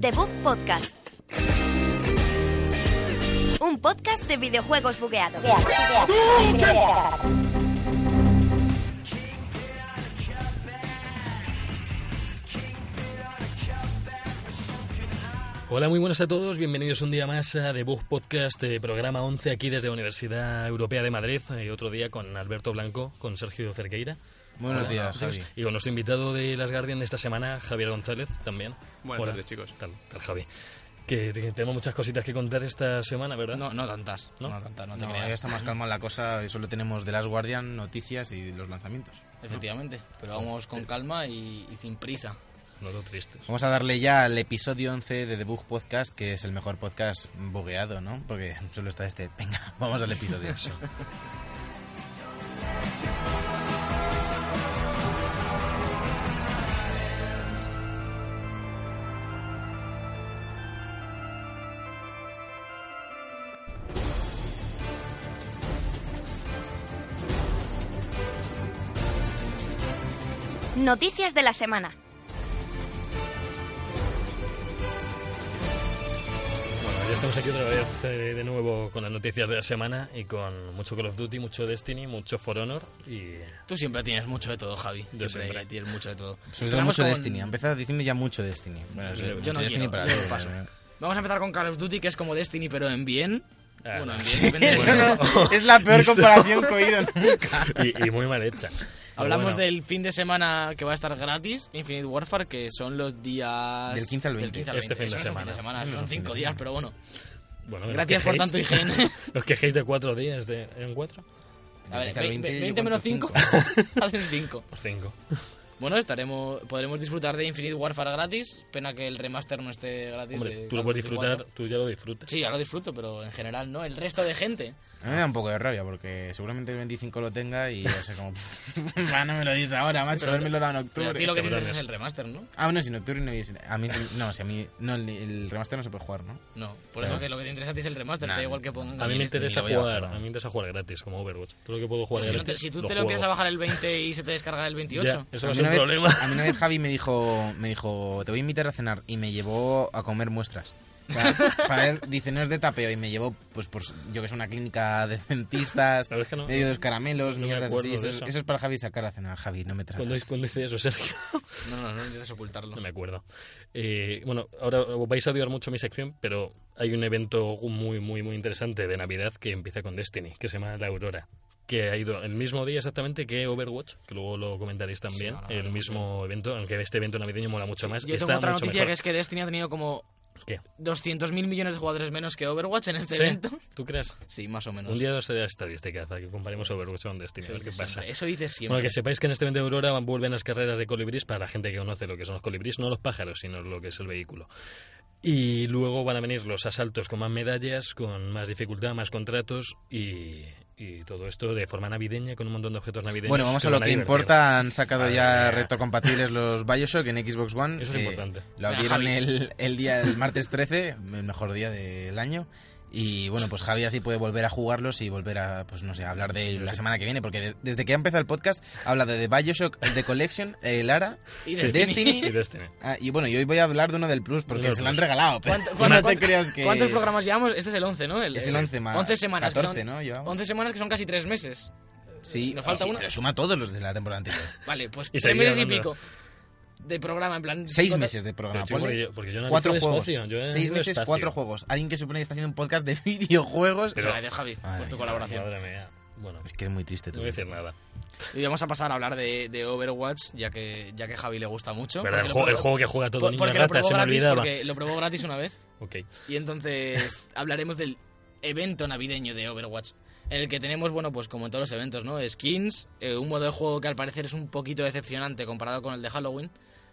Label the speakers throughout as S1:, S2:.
S1: The Bug Podcast. Un podcast de videojuegos bugueados.
S2: Hola, muy buenas a todos. Bienvenidos un día más a The Bug Podcast, eh, programa 11 aquí desde la Universidad Europea de Madrid. Y otro día con Alberto Blanco, con Sergio Cerqueira.
S3: Buenos
S2: Hola,
S3: días,
S2: chicos.
S3: Javi.
S2: Y con nuestro invitado de Las Guardian de esta semana, Javier González, también.
S4: Buenas tardes, chicos.
S2: Tal, tal, Javi. Que te- tenemos muchas cositas que contar esta semana, ¿verdad?
S3: No, no tantas.
S2: ¿No?
S3: No, tantas, no te
S5: No,
S3: creas.
S5: ya
S3: está
S5: está
S3: más calma la cosa y solo tenemos The Last Guardian, noticias y los lanzamientos.
S5: Efectivamente, pero vamos con calma y, y sin prisa.
S2: No lo tristes.
S3: Vamos a darle ya al episodio 11 de The Bug Podcast, que es el mejor podcast bugueado, ¿no? Porque solo está este. Venga, vamos al episodio.
S1: Noticias de la semana.
S2: Bueno, ya estamos aquí otra vez eh, de nuevo con las noticias de la semana y con mucho Call of Duty, mucho Destiny, mucho For Honor y...
S5: Tú siempre tienes mucho de todo, Javi.
S2: Yo
S5: siempre,
S2: siempre.
S5: tienes mucho de todo.
S3: Sobre todo
S5: Empezamos
S3: mucho
S5: con-
S3: Destiny. Empezad diciendo ya mucho Destiny. Bueno, sí,
S5: Yo
S3: mucho
S5: no
S3: Destiny
S5: quiero,
S3: para
S5: yo
S3: todos,
S5: lo paso.
S3: ¿eh?
S5: Vamos a empezar con Call of Duty, que es como Destiny, pero en bien.
S2: Ah, no.
S5: bueno, en bien depende de-
S3: Eso no- es la peor comparación que he oído nunca.
S2: y, y muy mal hecha.
S5: Hablamos
S2: Bueno,
S5: del fin de semana que va a estar gratis, Infinite Warfare, que son los días...
S3: Del 15 al 20.
S2: Este fin de
S5: Eso no es un
S2: semana.
S5: Son cinco días, pero bueno.
S2: bueno,
S5: Gracias
S2: los
S5: por
S2: quejéis-
S5: tanto higiene.
S2: Los quejéis de cuatro días, de, ¿en cuatro?
S5: A ver,
S3: 15 al 20,
S5: 20,
S3: yo
S5: menos
S3: cuento
S5: 5 hacen 5.
S2: Por cinco.
S5: Bueno, estaremos, podremos disfrutar de Infinite Warfare gratis. Pena que el remaster no esté gratis.
S2: Hombre,
S5: de
S2: tú lo puedes
S5: Call of Duty
S2: disfrutar,
S5: 4.
S2: tú ya lo disfrutas.
S5: Sí, ya lo disfruto, pero en general no. El resto de gente.
S3: A mí me da un poco de rabia porque seguramente el 25 lo tenga y ya sé como.
S2: Ah,
S3: "Bah, no me lo dices ahora, macho, haberme lo dado en octubre.
S5: Pero a ti lo que dices
S2: cabrones.
S5: es el remaster, ¿no?
S3: Ah, bueno, si en octubre no hubiese- A mí, sí- no, si a mí. No, el, el remaster no se puede jugar, ¿no?
S5: No. Por
S3: Claro.
S5: eso que lo que te interesa a ti es el remaster.
S3: Nah,
S5: da igual que pongan.
S2: A mí me
S5: este.
S2: interesa
S3: ni lo voy a
S2: jugar,
S3: hacer,
S2: a
S3: ¿no?
S2: mí me interesa jugar gratis, como Overwatch. Todo lo que puedo jugar
S5: Si, no te-
S2: gratis,
S5: si tú
S2: lo
S5: te lo empiezas a
S2: juego.
S5: bajar el 20 y se te descarga el 28.
S2: Ya, eso va a
S3: mí
S2: ser un
S3: una vez-
S2: problema.
S3: A mí una vez Javi me dijo, me dijo, te voy a invitar a cenar y me llevó a comer muestras. O sea, para él, dice, no es de tapeo y me llevó, pues, por, yo que sé, una clínica de dentistas,
S2: La verdad es que no-
S3: me dio dos caramelos,
S2: no me
S3: mierdas
S2: acuerdo
S3: así. Eso,
S2: de
S3: es-
S2: eso.
S3: eso es para Javi sacar a cenar, Javi, no me
S2: ¿Cuándo,
S3: tragas.
S2: cuándo hice eso, Sergio?
S5: No, no, no necesitas ocultarlo.
S2: No me acuerdo. Eh, bueno, ahora os vais a odiar mucho mi sección, pero hay un evento muy, muy, muy interesante de Navidad que empieza con Destiny, que se llama La Aurora, que ha ido el mismo día exactamente que Overwatch, que luego lo comentaréis también,
S5: ahora
S2: el mismo evento, aunque este evento navideño mola mucho más.
S5: Yo
S2: está
S5: tengo otra
S2: mucho
S5: noticia
S2: mejor.
S5: que es que Destiny ha tenido como
S2: ¿Qué?
S5: 200.000 millones de jugadores menos que Overwatch en este
S2: ¿Sí?
S5: evento.
S2: ¿Tú crees?
S5: Sí, más o menos.
S2: Un día dos de estadísticas para que comparemos Overwatch con Destiny, a
S5: Eso
S2: ver qué
S5: dices
S2: pasa.
S5: siempre, Eso dices siempre.
S2: Bueno, que sepáis que en este evento de Aurora van- vuelven las carreras de colibrís para la gente que conoce lo que son los colibrís, no los pájaros, sino lo que es el vehículo. Y luego van a venir los asaltos con más medallas, con más dificultad, más contratos y, y todo esto de forma navideña, con un montón de objetos navideños.
S3: Bueno, vamos a
S2: van
S3: lo que
S2: divertir.
S3: importa. Han sacado
S2: Madre
S3: ya
S2: mía.
S3: retrocompatibles los Bioshock en Xbox One.
S2: Eso es importante.
S3: Lo
S5: Venga,
S3: abrieron
S5: Javi.
S3: el, el día del martes 13, el mejor día del año. Y bueno, pues Javi así puede volver a jugarlos y volver a, pues no sé, a hablar de ellos la semana que viene. Porque de- desde que ha empezado el podcast, habla de The Bioshock, The Collection, eh, Lara,
S5: Y
S3: Destiny.
S2: Y Destiny.
S3: Ah, y bueno, y hoy voy a hablar de uno del Plus
S2: Uno
S3: porque
S2: del
S3: se lo han
S2: Plus.
S3: regalado. Pero no
S5: ¿Cuánto- cuánto-
S3: te creas que.
S5: ¿Cuántos programas llevamos? Este es el 11, ¿no?
S3: Es el 11 más.
S5: 11 semanas. que
S3: 14,
S5: son-
S3: ¿no? Llevamos.
S5: 11 semanas que son casi 3 meses.
S3: Sí,
S5: nos falta
S3: sí,
S5: uno.
S3: pero suma todos los de la temporada anterior.
S5: Vale, pues
S2: Y
S5: 3
S2: seguir
S5: meses y
S2: hablando.
S5: pico de programa, en plan...
S3: Seis
S5: total-
S3: meses de programa.
S2: Pero, chico,
S3: ponle.
S2: porque yo- porque yo no
S3: cuatro
S2: analizo
S3: juegos.
S2: despacio, yo
S3: Seis
S2: analizo
S3: meses,
S2: despacio.
S3: cuatro juegos. Alguien que supone que está haciendo un podcast de videojuegos.
S2: Pero-
S5: Gracias, Javi,
S3: Madre
S5: por tu
S3: mía,
S5: colaboración.
S2: Madre mía. Bueno,
S3: Es que es muy triste.
S2: no voy a decir nada.
S5: Y vamos a pasar a hablar de, de Overwatch, ya que, ya que a Javi le gusta mucho.
S2: Verdad,
S5: porque
S2: el,
S5: lo
S2: juego, el
S5: probó-
S2: juego que juega todo
S5: por-
S2: niño
S5: porque lo
S2: rata,
S5: probó
S2: se me
S5: gratis,
S2: olvidaba.
S5: Porque lo probó gratis una vez.
S2: Ok.
S5: Y entonces hablaremos del evento navideño de Overwatch. En el que tenemos, bueno, pues como en todos los eventos, ¿no? Skins, eh, un modo de juego que al parecer es un poquito decepcionante comparado con el de Halloween.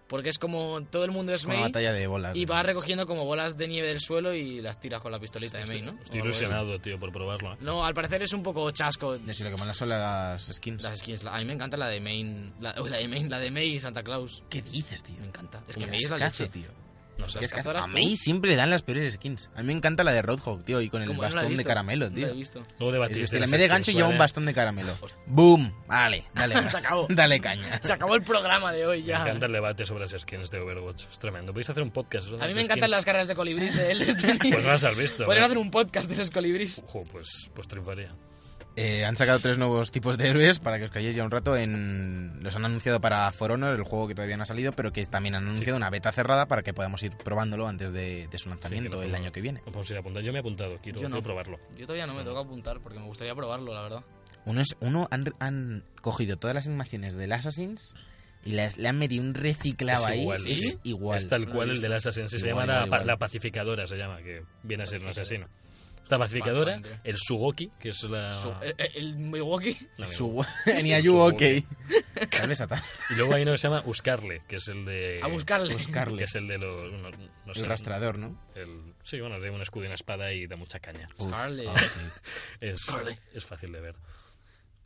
S5: Porque es como todo el mundo es
S3: Es una
S5: May
S3: batalla de bolas.
S5: y vas recogiendo como bolas de nieve del suelo y las tiras con la pistolita de May, ¿no?
S2: Estoy
S5: O algo de eso.
S2: ilusionado, tío, por probarlo. ¿eh?
S5: No, al parecer es un poco chasco.
S3: De si lo que mola son las skins.
S5: Las skins, la- a mí me encanta la de Main, la, uy, la de Main, la de May y Santa Claus.
S3: ¿Qué dices, tío?
S5: Me encanta. Es que
S3: Un
S5: May es la
S3: ascazo,
S5: leche.
S3: tío.
S2: No seas
S3: Que es que
S5: cazaras
S3: a
S5: tú?
S3: mí siempre le dan las peores skins. A mí me encanta la de Roadhog, tío, y con el
S5: Como no la he
S3: bastón de
S5: visto,
S3: caramelo,
S5: no la he
S3: tío.
S5: visto.
S2: Luego
S3: Es
S2: debatís
S3: decir,
S2: de
S3: en
S2: las
S3: vez de gancho
S2: skins,
S3: lleva
S2: ¿vale?
S3: un bastón de caramelo. ¡Boom! Vale, dale.
S5: Se acabó.
S3: Dale caña.
S5: Se acabó el programa de hoy
S2: Me
S5: ya.
S2: encanta el debate sobre las skins de Overwatch. Es tremendo. Podéis hacer un podcast. sobre
S5: A mí
S2: las
S5: me encantan las
S2: skins.
S5: carreras de colibrís de él.
S2: Pues no las has visto.
S5: Podrías
S2: ¿no?
S5: hacer un podcast de los colibrís.
S2: Ojo, pues, pues triunfaría.
S3: Eh, han sacado tres nuevos tipos de héroes para que os calléis ya un rato. En... Los han anunciado para For Honor, el juego que todavía no ha salido, pero que también han anunciado una beta cerrada para que podamos ir probándolo antes de, de su lanzamiento
S2: lo
S3: el
S2: probo-
S3: año que viene.
S2: Nos podemos ir a apuntar. Yo me he apuntado, quiero,
S5: Yo no.
S2: quiero probarlo.
S5: Yo todavía no me
S2: Sí.
S5: toca apuntar porque me gustaría probarlo, la verdad.
S3: Uno, es, uno han, han cogido todas las animaciones del Assassins y las- le han metido un reciclado
S2: Es
S3: ahí.
S2: igual,
S3: es
S2: sí.
S3: igual.
S2: es tal
S5: lo he
S2: cual el
S5: visto.
S2: del Assassin. Sí, se llama
S3: Igual,
S2: la,
S3: igual,
S2: pa-
S3: igual.
S2: la pacificadora, se llama, que viene a ser un asesino. Esta pacificadora,
S5: Bastante.
S2: el Sugoki, que es la...
S5: Su- eh, eh, el Milwaukee.
S2: la misma.
S3: Su... Ni a you, ok. Tal vez ata-
S2: Y luego hay uno que se llama Uscarle, que es el de...
S5: A buscarle.
S2: pues
S3: buscarle.
S2: Que es el de los... No, no sé,
S3: Pues El rastrador, ¿no?
S2: el- sí, bueno, de un escudo y una espada y da mucha caña.
S3: Uf,
S5: Buscarle.
S3: ah, sí.
S2: Es,
S5: Vale.
S2: es fácil de ver.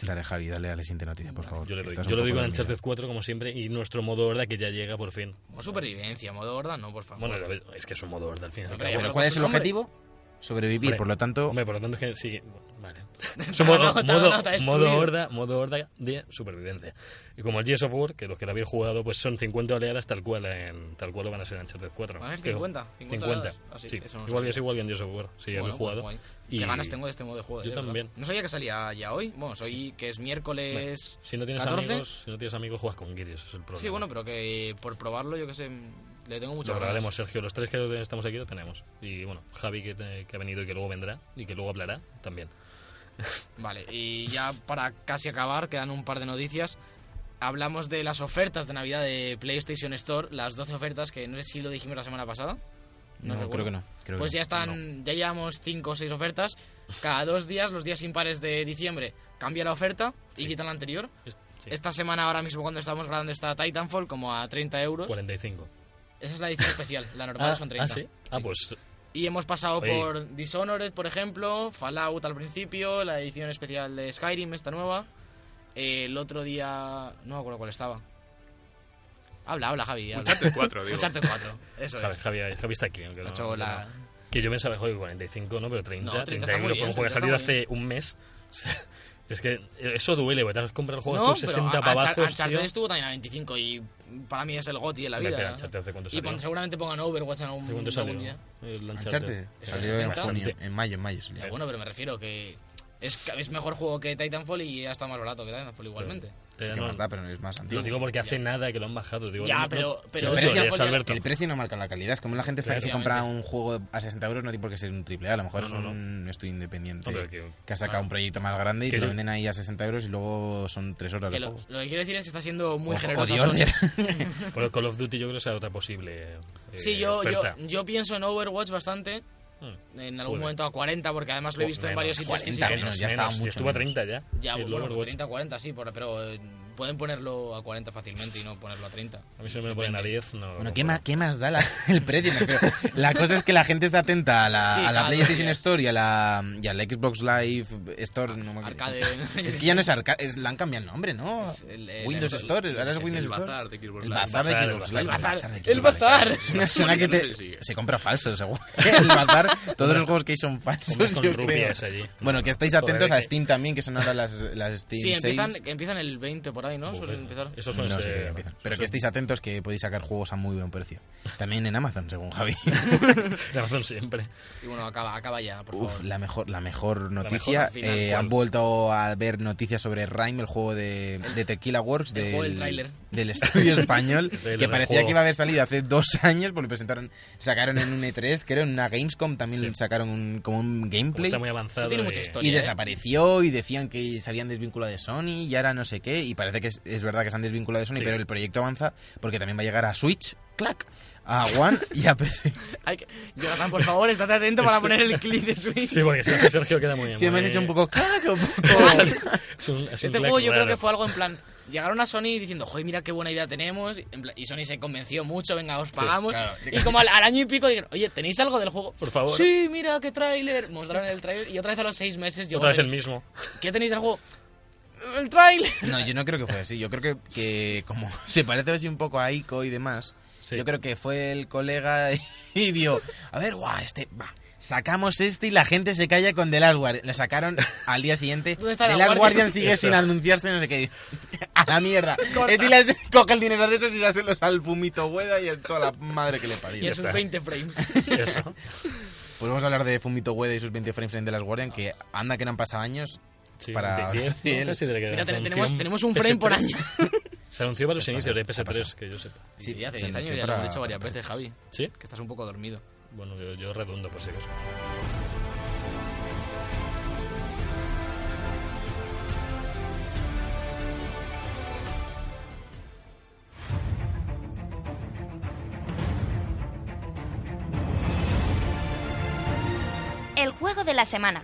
S3: Dale, Javi, dale a la siguiente noticia, por favor.
S2: Yo le
S3: que
S2: doy.
S3: estás
S2: Yo lo
S3: un poco
S2: digo en
S3: dormido.
S2: Uncharted 4, como siempre, y nuestro modo horda que ya llega por fin.
S5: Modo supervivencia, modo horda, no, por favor.
S2: Bueno, a ver, es que es un modo horda al final.
S5: Hombre,
S3: Bueno,
S5: Pero
S3: ¿cuál
S5: con
S3: es
S5: su
S3: el
S5: nombre.
S3: objetivo? Sobrevivir,
S2: Hombre,
S3: por lo tanto,
S2: Hombre, por lo tanto es que sí. bueno, Vale. Es un modo,
S5: Te ha
S2: modo,
S5: dado, te ha destruido.
S2: modo horda, modo horda de supervivencia. Y como el Gears of War, que los que lo habéis jugado, pues son 50 oleadas tal cual en, tal cual lo van a ser en Uncharted 4.
S5: Van a ser
S2: Creo.
S5: 50, 50 oleadas. Ah, sí,
S2: sí.
S5: eso no
S2: igual
S5: sabía.
S2: que es igual que en Gears of War, si ya lo
S5: Bueno,
S2: he jugado.
S5: pues guay.
S2: Y-
S5: Qué ganas tengo de este modo de juego.
S2: Yo
S5: eh, ¿verdad?
S2: también.
S5: No sabía que salía ya hoy. Bueno, soy que es miércoles.
S2: Si no tienes
S5: 14.
S2: amigos, si no tienes amigos juegas con Gears, es el problema.
S5: Sí, bueno, pero que por probarlo, yo que sé, le tengo mucho
S2: Lo hablaremos, Sergio. Los tres que estamos aquí lo tenemos. Y bueno, Javi que, te- que ha venido y que luego vendrá y que luego hablará también.
S5: Vale, y ya para casi acabar, quedan un par de noticias. Hablamos de las ofertas de Navidad de PlayStation Store, las 12 ofertas que no sé si lo dijimos la semana pasada.
S3: no,
S5: recuerdo.
S3: creo que no. creo
S5: Pues
S3: que
S5: ya
S3: no.
S5: están, ya llevamos 5 o 6 ofertas. Cada dos días, los días impares de diciembre, cambia la oferta y
S2: Sí.
S5: quitan la anterior.
S2: Es- sí,
S5: Esta semana, ahora mismo, cuando estamos grabando, está Titanfall como a 30 euros.
S2: 45.
S5: Esa es la edición especial, la normal son 30.
S2: sí. Ah,
S5: Sí.
S2: pues
S5: Y hemos pasado
S2: Oye.
S5: por Dishonored, por ejemplo, Fallout al principio, la edición especial de Skyrim, esta nueva. Eh, El otro día. No me acuerdo cuál estaba. Habla, habla, Javi. habla.
S4: Uncharted 4, digo.
S5: Uncharted 4. Eso
S2: Javi,
S5: es.
S2: Javi, Javi está aquí. aunque no-
S5: Está hecho la-
S2: Que yo pensaba, joder, 45, ¿no? Pero 30,
S5: No, 30
S2: 30,
S5: está muy
S2: euros
S5: bien,
S2: por un juego que pues, ha salido
S5: 30 está muy
S2: hace un mes. O sea, es que eso duele, porque te has comprado el juego
S5: No,
S2: con
S5: pero
S2: 60
S5: Unchar-
S2: pavazos,
S5: Uncharted
S2: tío.
S5: estuvo también a 25 y para mí es el goti de la
S2: Hombre,
S5: vida.
S2: pero
S5: ¿no?
S2: Uncharted, ¿hace cuánto
S5: Y
S2: salió?
S5: pon- seguramente pongan Overwatch en algún,
S2: ¿Hace cuánto
S5: algún
S2: salió?
S5: día.
S2: El Eh,
S3: Uncharted.
S2: Uncharted.
S5: Eso
S3: Salió en
S5: es
S3: junio,
S2: bastante.
S3: en mayo, en mayo. salió.
S5: Ya, bueno, pero me refiero que es, es mejor juego que Titanfall y ya está más barato que Titanfall igualmente.
S2: Eh,
S3: Sí que
S2: no,
S3: es verdad, pero es más
S2: Lo
S3: antiguo.
S2: digo porque hace
S5: Ya.
S2: nada que lo han bajado. Digo,
S5: Ya,
S2: no- no-
S5: pero-
S2: si
S5: pero
S2: no
S5: el
S2: te
S5: precio-
S2: odias,
S5: oye,
S2: Alberto.
S3: El precio no marca la calidad. Es como la gente está que se compra un juego a 60 euros, no tiene por qué ser un triple A. A lo mejor
S2: No,
S3: es
S2: no, no.
S3: un estudio independiente
S2: No, pero que- Ah.
S3: que ha sacado un proyecto más grande y
S2: Que
S3: te lo
S2: yo-
S3: venden ahí a 60 euros y luego son 3 horas
S5: Que
S3: de
S5: lo,
S3: juego.
S5: lo que quiero decir es que está siendo muy
S3: O-
S5: generoso.
S3: o The Order.
S2: Bueno, Call of Duty yo creo que sea otra posible eh,
S5: Sí, yo, yo,
S2: oferta.
S5: yo pienso en Overwatch bastante.
S2: Mm.
S5: En algún
S2: Joder.
S5: momento a 40, porque además lo he visto en
S2: Menos,
S5: varios sitios. que sí
S3: 40,
S5: que-
S3: menos, ya estaba
S2: y
S3: mucho
S2: Estuvo a
S3: menos.
S2: 30 ya.
S5: Ya,
S2: El
S5: bueno,
S2: Overwatch.
S5: 30, 40, sí, por- pero eh, pueden ponerlo a 40 fácilmente y no ponerlo a 30.
S2: A mí se me pone
S5: Depende.
S2: a 10. No,
S3: Bueno,
S2: no
S3: ¿qué
S2: puedo.
S3: más, ¿qué más da la- el precio? Me refiero. La cosa es que la gente está atenta a la,
S5: Sí,
S3: a la
S5: cada dos
S3: PlayStation
S5: días.
S3: Store y a la, y a la Xbox Live Store. no me acuerdo.
S5: Arcade.
S3: Es que ya no es arcade, es, le han cambiado el nombre, ¿no?
S5: Es el- el-
S3: Ah. Windows
S5: el-
S3: Store, ahora es
S5: el
S3: Windows
S4: El
S3: Store.
S4: bazar de Xbox
S3: el
S4: Live.
S3: bazar de
S2: bazar,
S3: Xbox
S2: el
S3: Live.
S5: bazar.
S3: de Xbox
S5: El
S3: Live,
S5: bazar.
S3: claro. Es una zona que
S4: No
S3: te,
S4: sé si-
S3: se compra falso, seguro. El bazar, todos los juegos que hay son falsos.
S2: Compras con
S3: yo creo.
S2: rupias allí.
S3: Bueno, que estáis
S2: Joder,
S3: atentos
S2: que-
S3: a Steam también, que son ahora las, las Steam
S5: Sí, empiezan,
S3: sales.
S5: empiezan el 20 por ahí, ¿no?
S2: Bufe,
S5: Suelen empezar.
S2: Eso suena
S3: No sé
S2: ser-
S3: qué día empiezan.
S2: suena
S3: Pero que
S2: ser-
S3: estéis atentos que podéis sacar juegos a muy buen precio. También en Amazon, según Javi.
S2: de razón siempre.
S5: Y bueno, acaba, acaba ya, por
S3: Uf,
S5: favor.
S3: la mejor, la mejor
S2: mejor
S3: noticia.
S5: al final,
S3: Eh,
S5: ¿cuál?
S3: han vuelto a ver noticias sobre Rime, el juego de, de Tequila Works,
S5: el
S3: del,
S5: juego del tráiler.
S3: del estudio español,
S2: tráiler
S3: que
S2: del
S3: parecía
S2: juego.
S3: que iba a haber salido hace dos años, porque presentaron, sacaron en un E E3, creo, en una Gamescom, también
S2: Sí.
S3: sacaron un- como un
S2: Como
S3: gameplay.
S2: está muy avanzado.
S5: tiene
S2: y-
S5: mucha historia.
S3: Y
S5: ¿eh?
S3: desapareció y decían que se habían desvinculado de Sony y ahora no sé qué. Y parece que es, es verdad que se han desvinculado de Sony,
S2: Sí.
S3: pero el proyecto avanza porque también va a llegar a Switch, clac, a One y a PC.
S5: Hay que- Jonathan, por favor, estate atento para poner el clip de Switch.
S2: Sí, porque Sergio, Sergio queda muy bien.
S3: Si me has hecho un poco clac, un
S2: Es
S3: poco...
S2: un- es un
S5: Este
S2: clac
S5: juego yo creo
S2: raro.
S5: que fue algo en plan. Llegaron a Sony diciendo, joder, mira qué buena idea tenemos. en plan- Y Sony se convenció mucho, venga, os pagamos.
S3: claro.
S5: Y como al, al año y pico dijeron, oye, ¿tenéis algo del juego?
S2: Por favor.
S5: Sí, mira qué tráiler. Mostraron el tráiler y otra vez a los seis meses llegó.
S2: Otra vez el
S5: el-
S2: mismo.
S5: ¿Qué tenéis del juego? El tráiler.
S3: No, yo no creo que fue así. Yo creo que, que como se parece así un poco a Ico y demás,
S2: Sí.
S3: Yo creo que fue el colega y vio, a ver, guau, este, va. Sacamos este y la gente se calla con The Last Guardian. Le sacaron al día siguiente.
S5: ¿Dónde está
S3: The
S5: la
S3: Last
S5: Guardian?
S3: Guardian sigue
S2: Eso.
S3: sin anunciarse, no sé qué. A la mierda. Este las- coge el dinero de esos y dáselos al fumito Hueda y a toda la madre que le parió.
S5: Y es un
S2: está.
S5: 20 frames.
S2: Eso.
S3: Pues vamos a hablar de Fumito Ueda y sus 20 frames en The Last Guardian, que anda que no han pasado años.
S2: Sí,
S3: Para-
S2: de 10,
S3: Bien.
S2: ¿no? Casi de la que
S5: Mira,
S2: anunció
S5: tenemos,
S2: en
S5: tenemos un frame por
S2: PS3.
S5: año.
S2: Se anunció para los
S3: Se pasa,
S2: inicios de
S3: se
S2: PS3,
S3: pasa.
S2: que yo sepa.
S5: Sí,
S3: Sí,
S5: hace
S3: se
S5: 10 años
S3: anunció
S5: ya lo
S3: para-
S5: he dicho varias veces, Javi.
S2: ¿Sí?
S5: Que estás un poco dormido.
S2: Bueno, yo, yo redondo por si acaso.
S1: El juego de la semana.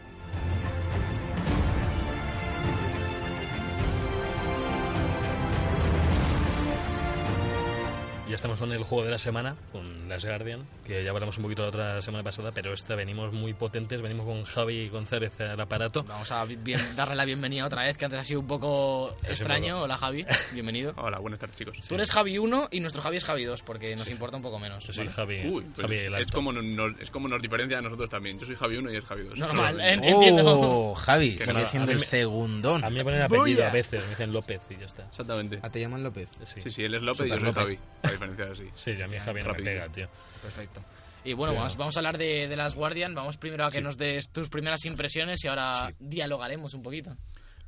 S2: Ya estamos con el juego de la semana, con Last Guardian, que ya hablamos un poquito la otra semana pasada, pero esta venimos muy potentes, venimos con Javi González al aparato.
S5: Vamos a bien- darle la bienvenida otra vez, que antes ha sido un poco
S2: un
S5: extraño.
S2: poco.
S5: Hola, Javi. Bienvenido.
S4: Hola, buenas tardes, chicos.
S5: Tú eres Javi 1 y nuestro Javi es Javi 2, porque nos importa un poco menos.
S2: Yo soy
S5: ¿vale?
S2: Javi,
S4: Uy, pues
S2: Javi el
S4: es,
S2: alto.
S4: como no- nos, es como nos diferencia a nosotros también. Yo soy Javi 1 y es Javi 2.
S5: Normal,
S4: Sí.
S5: eh. Entiendo.
S3: ¡Oh! Javi,
S4: Que
S3: sigue
S4: nada,
S2: a
S3: siendo
S2: mí
S3: el
S2: me-
S3: segundón.
S2: A mí me ponen apellido
S5: Bulla.
S2: a veces, me dicen López y ya está.
S4: Exactamente.
S3: Ah, te llaman López.
S2: Sí,
S4: Sí,
S2: sí,
S4: sí, él es López y yo
S3: Super López.
S4: soy Javi. A diferencia, sí.
S2: sí a mí Javi no me
S4: Rapidito.
S2: pega, tío.
S5: Perfecto. Y bueno,
S2: Claro.
S5: vamos, vamos a hablar de, de las Guardian. Vamos primero a que
S2: Sí.
S5: nos des tus primeras impresiones y ahora
S2: Sí.
S5: dialogaremos un poquito.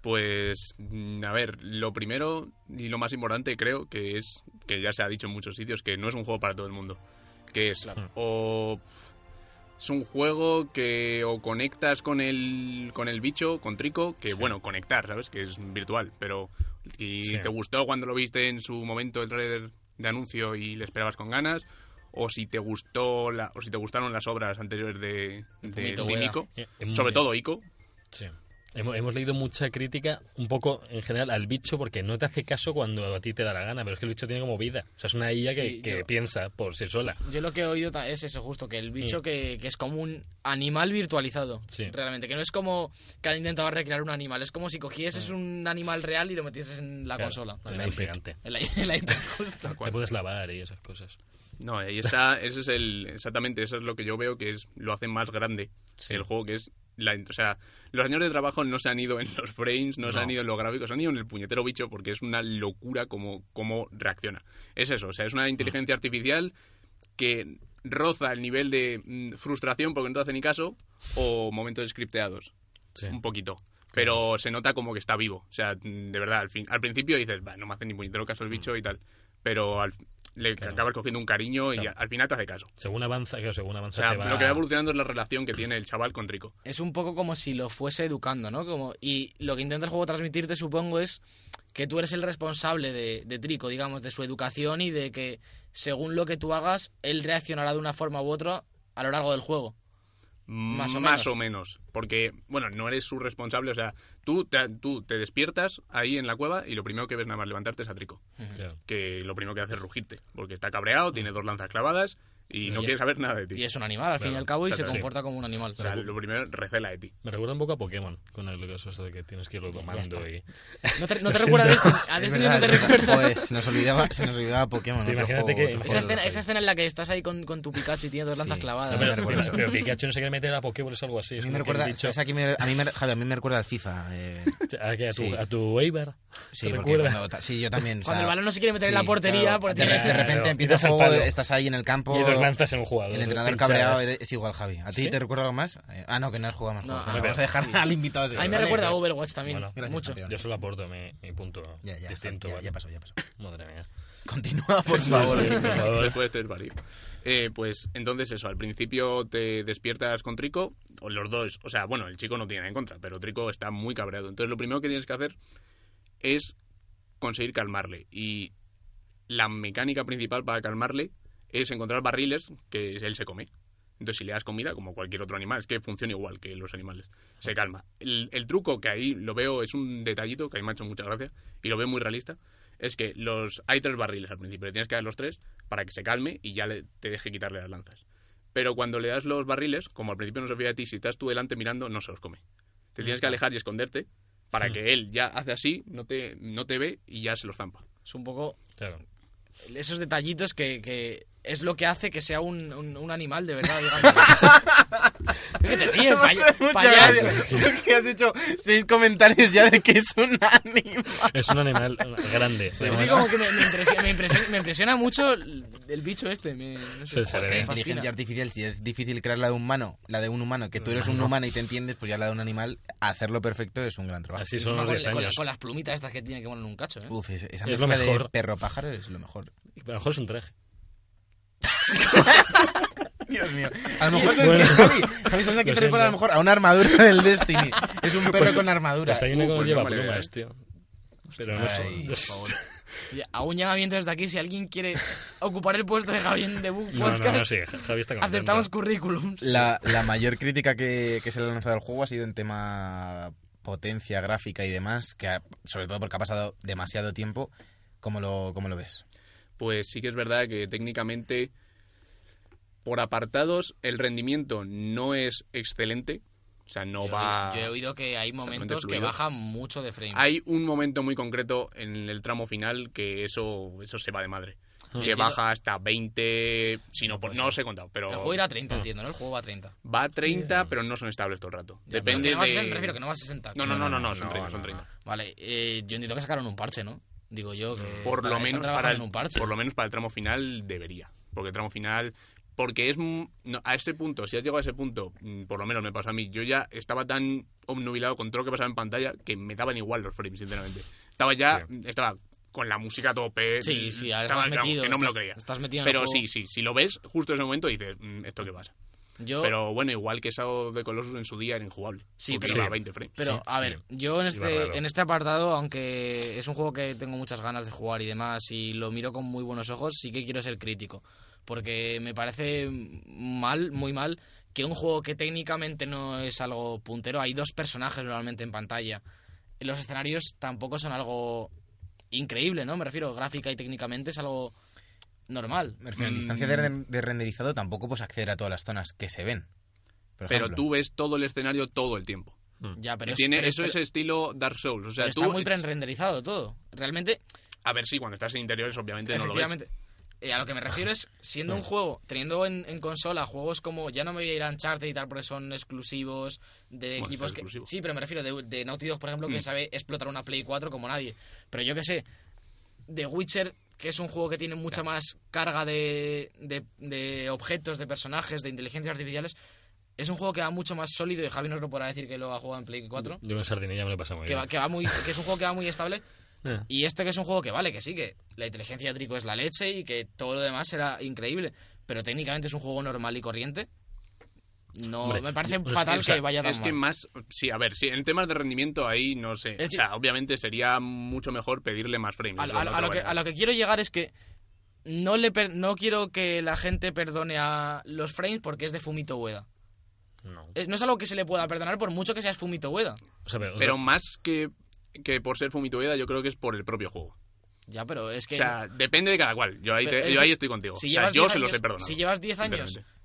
S4: Pues, mm, a ver, lo primero y lo más importante creo que es, que ya se ha dicho en muchos sitios, que no es un juego para todo el mundo. Que es,
S2: Claro.
S4: o es un juego que o conectas con el, con el bicho, con Trico, que
S2: Sí.
S4: bueno, conectar, ¿sabes? Que es virtual, pero si
S2: Sí.
S4: te gustó cuando lo viste en su momento el trailer de anuncio y le esperabas con ganas, o si te gustó la, o si te gustaron las obras anteriores de, de,
S5: Fumito
S4: de
S5: Ueda.
S4: Ico,
S2: Eh, hemos-
S4: sobre todo Ico,
S2: Sí. Hemos, hemos leído mucha crítica, un poco en general, al bicho, porque no te hace caso cuando a ti te da la gana, pero es que el bicho tiene como vida. O sea, es una IA
S5: Sí,
S2: que, que
S5: yo-
S2: piensa por sí sola.
S5: Yo lo que he oído ta- es eso justo, que el bicho
S2: Mm.
S5: que, que es como un animal virtualizado,
S2: Sí.
S5: realmente, que no es como que han intentado recrear un animal, es como si cogieses un animal real y lo metieses en la
S2: Mm. Claro,
S5: consola.
S2: en la
S5: En
S2: gigante.
S5: la, en la iPad, justo.
S4: tal
S2: Te
S4: cual.
S2: puedes lavar y esas cosas.
S4: No, ahí está, ese es el, exactamente, eso es lo que yo veo que es, lo hace más grande
S2: Sí.
S4: el juego, que es, la, o sea, los años de trabajo no se han ido en los frames, no, se
S2: No.
S4: han ido en los gráficos, se han ido en el puñetero bicho porque es una locura como, como reacciona. Es eso, o sea, es una inteligencia
S2: Ah.
S4: artificial que roza el nivel de mm, frustración porque no te hace ni caso o momentos scripteados
S2: Sí.
S4: un poquito. Pero se nota como que está vivo. O sea, mm, de verdad, al, fin, al principio dices, "Bah, no me hace ni puñetero caso el bicho y tal. Pero al- le
S2: Claro.
S4: acabas cogiendo un cariño y
S2: Claro.
S4: al final te hace caso.
S2: Según avanza, claro, según
S4: O
S2: avanza
S4: sea,
S2: te va-
S4: lo que va evolucionando es la relación que tiene el chaval con Trico.
S5: Es un poco como si lo fuese educando, ¿no? Como, y lo que intenta el juego transmitirte, supongo, es que tú eres el responsable de, de Trico, digamos, de su educación y de que según lo que tú hagas, él reaccionará de una forma u otra a lo largo del juego.
S4: Más
S5: o
S4: o,
S5: menos.
S4: menos. Porque, bueno, no eres su responsable. O sea, tú te, tú te despiertas ahí en la cueva y lo primero que ves nada más levantarte es a Trico.
S2: Claro.
S4: Que lo primero que hace es rugirte. Porque está cabreado, tiene dos lanzas clavadas y no
S5: Y
S4: quiere
S5: es-
S4: saber nada de
S5: Y
S4: ti.
S5: es un animal, al fin y
S2: Claro,
S5: al cabo, y se
S4: exacto, sí.
S5: comporta como un animal.
S4: O sea, lo primero, recela de ti.
S2: Me recuerda un poco a Pokémon, con el caso esto de que tienes que irlo tomando y...
S5: No te, no te
S2: Lo
S5: recuerda de
S2: siento.
S5: esto. A
S3: Es
S5: Destiny
S3: verdad,
S5: no te
S3: es verdad.
S5: recuerda.
S3: Joder, se nos olvidaba, se nos olvidaba Pokémon. otro
S2: Imagínate
S3: juego,
S2: que- Esa
S3: otro
S5: Esa
S3: juego,
S5: escena,
S3: Javi.
S5: esa escena en la que estás ahí con, con tu Pikachu y tienes dos lanzas
S3: Sí,
S5: clavadas.
S3: sí, Ah, me
S2: pero,
S3: recuerda.
S2: pero Pikachu no se quiere meter a la Pokéball es algo así.
S3: A
S2: Es
S3: mí me
S2: como que el
S3: recuerda,
S2: bicho-
S3: ¿sabes a, quién me- a mí me, Javi, a mí me recuerda al FIFA. eh,
S2: ¿A, qué? ¿A tu,
S3: Sí.
S2: a tu Eibar?
S3: sí,
S2: ¿Te
S3: porque
S2: recuerda?
S3: cuando ta- sí, yo también. o
S5: Cuando
S3: sea,
S5: el balón no se quiere meter en la
S3: sí,
S5: portería, pues
S3: claro,
S5: porque
S3: de,
S5: tiene-
S3: de repente
S2: Claro,
S3: empieza el
S2: das al
S3: juego,
S2: palo.
S3: estás ahí en el campo.
S2: Y los lanzas en un jugador.
S3: El entrenador
S2: pinchadas.
S3: cabreado es- es igual, Javi. ¿A ti
S2: ¿Sí?
S3: te recuerda algo más? Eh, Ah, no, que no has jugado más
S5: No,
S3: juegos.
S5: ah,
S3: Vale, vamos a dejar al invitado. así,
S5: A mí me
S3: vale,
S5: recuerda a
S3: pues-
S5: Overwatch también.
S2: Bueno,
S3: Gracias,
S5: mucho.
S3: campeón.
S2: Yo solo aporto mi, mi punto
S3: Ya, ya,
S2: distinto.
S3: ya,
S2: ¿vale?
S3: ya pasó, ya pasó.
S2: Madre mía.
S3: Continúa, por favor.
S4: eh, Después de este desvarío. Eh, pues entonces eso, al principio te despiertas con Trico, o los dos, o sea, bueno, el chico no tiene nada en contra, pero Trico está muy cabreado. Entonces lo primero que tienes que hacer es conseguir calmarle. Y la mecánica principal para calmarle es encontrar barriles que él se come. Entonces, si le das comida, como cualquier otro animal, es que funciona igual que los animales. Se calma. El, el truco que ahí lo veo es un detallito que a mí me ha hecho mucha gracia y lo veo muy realista. Es que los hay tres barriles al principio, le tienes que dar los tres para que se calme y ya le- te deje quitarle las lanzas. Pero cuando le das los barriles, como al principio no se fía de ti, si estás tú delante mirando, no se los come. Te tienes que alejar y esconderte para que él ya hace así, no te, no te ve y ya se los zampa.
S5: Es un poco
S2: Claro.
S5: esos detallitos que, que es lo que hace que sea un, un- un animal de verdad. digamos. Es que te ríes,
S3: Me hace
S5: paya-
S3: mucha
S5: payaso.
S3: gracia que has hecho seis comentarios ya de que es un animal.
S2: Es un animal grande.
S5: Es
S2: además.
S5: que como que me, me impresiona, me impresiona- me impresiona mucho el el bicho este. me- no sé,
S2: Sí, se le
S5: me
S2: ve.
S5: fascina.
S3: Inteligencia artificial, si es difícil crear la de un humano, la de un humano, que tú eres un humano y te entiendes, pues ya la de un animal, hacerlo perfecto es un gran trabajo.
S2: Así
S5: Y
S2: son los
S5: encima con,
S2: 10
S5: con-
S2: años.
S5: con las plumitas estas que tiene que poner un cacho, ¿eh?
S3: Uf, es- esa
S2: Es lo
S3: mezcla de
S2: mejor.
S3: perro pájaro es lo mejor.
S2: A lo mejor es un traje.
S3: Dios mío. A lo mejor sabes
S2: Bueno.
S3: que Javi, Javi ¿sabes a qué
S2: Lo
S3: te recuerda a lo
S2: siento.
S3: mejor a una armadura del Destiny. Es un perro con armadura.
S2: Pues hay uno
S4: Uh,
S2: que
S4: pues
S2: lleva
S4: no me alegra,
S2: plumas,
S4: ¿eh?
S2: tío. Pero no
S3: Ay,
S2: son.
S3: por
S5: Y aún llamamiento desde aquí si alguien quiere ocupar el puesto de Javier de Book
S2: No, no,
S5: Podcast.
S2: no, sí, Javi está contento.
S5: Aceptamos currículums.
S3: La, la mayor crítica que, que se le ha lanzado al juego ha sido en tema potencia gráfica y demás, que ha- sobre todo porque ha pasado demasiado tiempo. ¿Cómo lo, cómo lo ves?
S4: pues sí que es verdad que técnicamente por apartados el rendimiento no es excelente. O sea, no
S5: yo,
S4: va...
S5: yo he oído que hay
S4: Totalmente
S5: momentos que
S4: fluido.
S5: bajan mucho de frame.
S4: Hay un momento muy concreto en el tramo final que eso, eso se va de madre.
S2: Mm.
S4: Que
S5: Entiendo.
S4: baja hasta 20, si no, por- no os he contado, pero
S5: el juego irá a
S2: Mm.
S5: 30, entiendo, ¿no? El juego va a 30.
S4: va a 30, pero no son estables todo el rato.
S5: Ya,
S4: Depende
S5: pero que no va a 60,
S4: de...
S5: me refiero que no va a 60.
S4: no, no, no, no, no,
S3: No,
S4: son 30, son
S3: no,
S4: 30.
S5: Vale, eh, yo entiendo que sacaron un parche, ¿no? Digo yo que
S4: por
S5: está-
S4: lo
S5: están
S4: menos para
S5: trabajando
S4: el,
S5: en un parche.
S4: por lo menos para el tramo final debería porque el tramo final porque es m- no, a este punto si has llegado a ese punto mm, por lo menos me pasó a mí yo ya estaba tan obnubilado con todo lo que pasaba en pantalla que me daban igual los frames sinceramente estaba ya mm, estaba con la música a tope mm,
S5: Sí, sí, ahora
S4: estaba,
S5: estás
S4: vamos,
S5: metido.
S4: que no me lo
S5: estás-
S4: creía
S5: Estás metido en el
S4: pero
S5: juego.
S4: sí sí si lo ves justo en ese momento dices "Mm, esto qué pasa
S5: Yo,
S4: pero bueno igual que Shadow de Colossus en su día era injugable
S5: Sí,
S4: porque
S5: pero-
S4: llevaba
S2: sí.
S4: 20 frames
S5: Pero,
S2: Sí,
S5: a
S2: sí.
S5: ver, yo en
S2: Iba raro.
S5: este, en este apartado, aunque es un juego que tengo muchas ganas de jugar y demás, y lo miro con muy buenos ojos, sí que quiero ser crítico. Porque me parece mal, muy mal, que un juego que técnicamente no es algo puntero, hay dos personajes normalmente en pantalla. Los escenarios tampoco son algo increíble, ¿no? Me refiero, gráfica y técnicamente es algo normal.
S3: Me
S2: Mm.
S3: refiero, en distancia de, ren- de renderizado tampoco puedes acceder a todas las zonas que se ven. Por
S4: pero
S3: ejemplo.
S4: tú ves todo el escenario todo el tiempo
S5: Ya, pero es-
S4: tiene
S5: pero-
S4: eso
S5: pero-
S4: es estilo Dark Souls o sea
S5: pero
S4: tú
S5: está muy pre-renderizado todo. Realmente,
S4: A ver, sí, cuando estás en interiores, obviamente no lo ves.
S5: Efectivamente. Eh, a lo que me refiero es, siendo un juego, teniendo en, en consola juegos como, ya no me voy a ir a Uncharted y tal porque son exclusivos de
S4: Bueno,
S5: equipos
S4: son
S5: que...
S4: exclusivos.
S5: Sí, pero me refiero de, de Naughty Dog, por ejemplo, que
S4: Mm.
S5: sabe explotar una Play 4 como nadie. Pero yo qué sé, The Witcher, que es un juego que tiene mucha más carga de, de, de objetos, de personajes, de inteligencias artificiales, es un juego que va mucho más sólido y Javi nos lo podrá decir que lo ha jugado en Play 4.
S4: Mm,
S2: Yo en Sardinilla me lo he pasado muy
S5: Que, va,
S2: bien.
S5: que, va muy, que es un juego que va muy estable,
S2: Eh.
S5: y este que es un juego que vale, que sí, que la inteligencia de Trico es la leche y que todo lo demás era increíble, pero técnicamente es un juego normal y corriente. No,
S2: Hombre,
S5: me parece
S2: pues,
S5: fatal
S2: o sea,
S5: que vaya tan
S4: Es que
S5: mal.
S4: más, sí, a ver, sí, en temas de rendimiento ahí no sé.
S5: Es
S4: O sea, obviamente sería mucho mejor pedirle más frames.
S5: A,
S4: de
S5: a-
S4: la
S5: a
S4: otra
S5: lo que,
S4: manera.
S5: a lo que quiero llegar es que no, le per- no quiero que la gente perdone a los frames porque es de Fumito Ueda.
S2: No.
S5: Es- no es algo que se le pueda perdonar por mucho que seas Fumito Ueda.
S2: O sea, pero,
S4: Pero más que, que por ser Fumitoeda, yo creo que es por el propio juego.
S5: Ya, pero es que...
S4: O sea, depende de cada cual. Yo ahí,
S5: Pero
S4: te-
S5: es
S4: yo
S5: que
S4: ahí estoy contigo.
S5: si
S4: o sea,
S5: llevas
S4: yo
S5: 10
S4: se los he
S5: años-
S4: perdonado.
S5: si llevas 10 años
S4: sinceramente.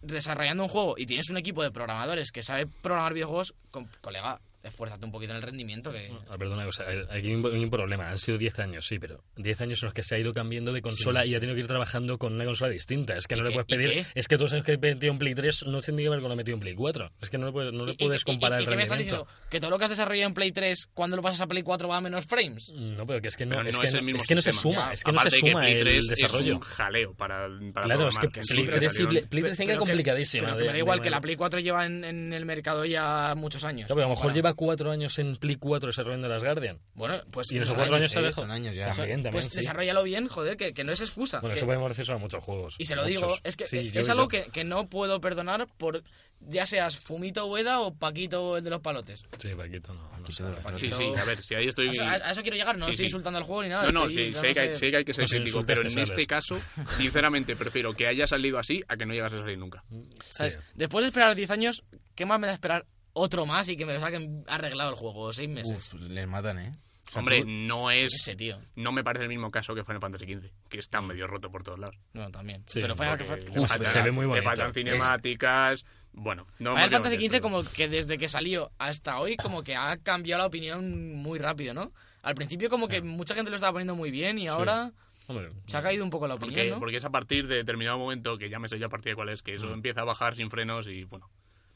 S5: desarrollando un juego y tienes un equipo de programadores que sabe programar videojuegos, com- colega, esfuérzate un poquito en el rendimiento. Que...
S2: Ah, Perdona, o sea, aquí hay un, hay un problema. Han sido 10 años, sí, pero 10 años en los que se ha ido cambiando de consola y ha tenido que ir trabajando con una consola distinta. Es que
S5: ¿Y
S2: no le
S5: qué-
S2: puedes
S5: y
S2: pedir.
S5: qué?
S2: Es que todos los años que he metido en Play 3 no tendría que haber con lo metido en Play 4. Es que no le puedes, no le
S5: ¿Y-
S2: puedes
S5: y-
S2: comparar
S5: y- y
S2: el
S5: qué me estás
S2: rendimiento.
S5: diciendo? ¿Que todo lo que has desarrollado en Play 3, cuando lo pasas a Play 4 va a menos frames?
S2: No, pero que es que no,
S4: Pero
S2: es
S4: no
S2: que
S4: es el
S2: no-
S4: mismo
S2: es que no se
S4: sistema.
S2: suma,
S4: Ya,
S2: es que no
S4: aparte
S2: se suma
S4: Play 3
S2: el desarrollo.
S4: Es un jaleo para, para
S2: Claro, es que
S4: programar.
S2: Play 3 y
S4: salieron-
S2: Play Play 3 tenga
S5: Pero que-
S2: complicadísima.
S5: pero que
S2: de-
S5: me
S2: ¿eh?
S5: da
S2: de
S5: igual que
S2: manera.
S5: la Play 4 lleva en, en el mercado ya muchos años.
S2: Claro, pero a lo mejor
S5: Bueno,
S2: lleva 4 años en Play 4 desarrollando las Guardian.
S5: Bueno, pues.
S2: Y en esos
S5: son
S2: 4 años
S5: años,
S2: se
S5: eh.
S3: sí,
S2: dejó.
S3: son años ya.
S5: Son-
S2: También, también.
S5: Pues
S2: sí.
S5: desarrollalo bien, joder, que, que no es excusa.
S2: Bueno,
S5: que-
S2: eso podemos decir sobre muchos juegos.
S5: y se lo digo,
S2: muchos.
S5: es que
S2: Sí, yo
S5: es
S2: creo
S5: algo
S2: que-
S5: que, que no puedo perdonar por ya seas Fumito Ueda o Paquito el de los palotes.
S2: Sí, Paquito no. no
S3: Paquito
S2: sabe.
S3: de los palotes.
S4: Sí, sí, a ver, si ahí
S5: A
S4: estoy.
S5: eso, a- a eso quiero llegar, no
S4: Sí,
S5: estoy
S4: sí.
S5: insultando al juego ni nada.
S4: No, no,
S5: estoy-
S4: sí,
S5: no
S4: sé que, hay,
S5: sé.
S4: sé que hay que ser
S2: No, si
S4: crítico,
S2: insultas,
S4: pero
S2: te
S4: en este
S2: sales.
S4: caso, sinceramente, prefiero que haya salido así a que no llegas a salir nunca.
S5: ¿Sabes?
S2: Sí.
S5: Después de esperar 10 años, ¿qué más me da esperar otro más y que me lo saquen arreglado el juego? O 6 meses.
S3: Uf, les matan, ¿eh? O sea,
S4: Hombre,
S3: tú-
S4: no
S5: Yo qué
S4: es.
S5: sé, tío.
S4: No me parece el mismo caso que Final Fantasy XV, que está medio roto por todos lados.
S5: No, también.
S2: Sí,
S5: pero Final,
S4: Porque
S5: Fantasy-
S4: le
S2: Uf,
S4: faltan-
S2: se ve muy
S4: Le
S2: bonito.
S4: faltan cinemáticas. Bueno, no me
S5: Final
S4: quiero
S5: Fantasy
S4: meter,
S5: XV
S4: pero-
S5: como que desde que salió hasta hoy como que ha cambiado la opinión muy rápido, ¿no? Al principio como que mucha gente lo estaba poniendo muy bien y ahora...
S2: Hombre,
S5: Se ha caído un poco la opinión,
S4: Porque,
S5: ¿no?
S4: porque es a partir de determinado momento, que ya me sé ya a partir de cuál es, que
S2: Mm.
S4: eso empieza a bajar sin frenos y bueno.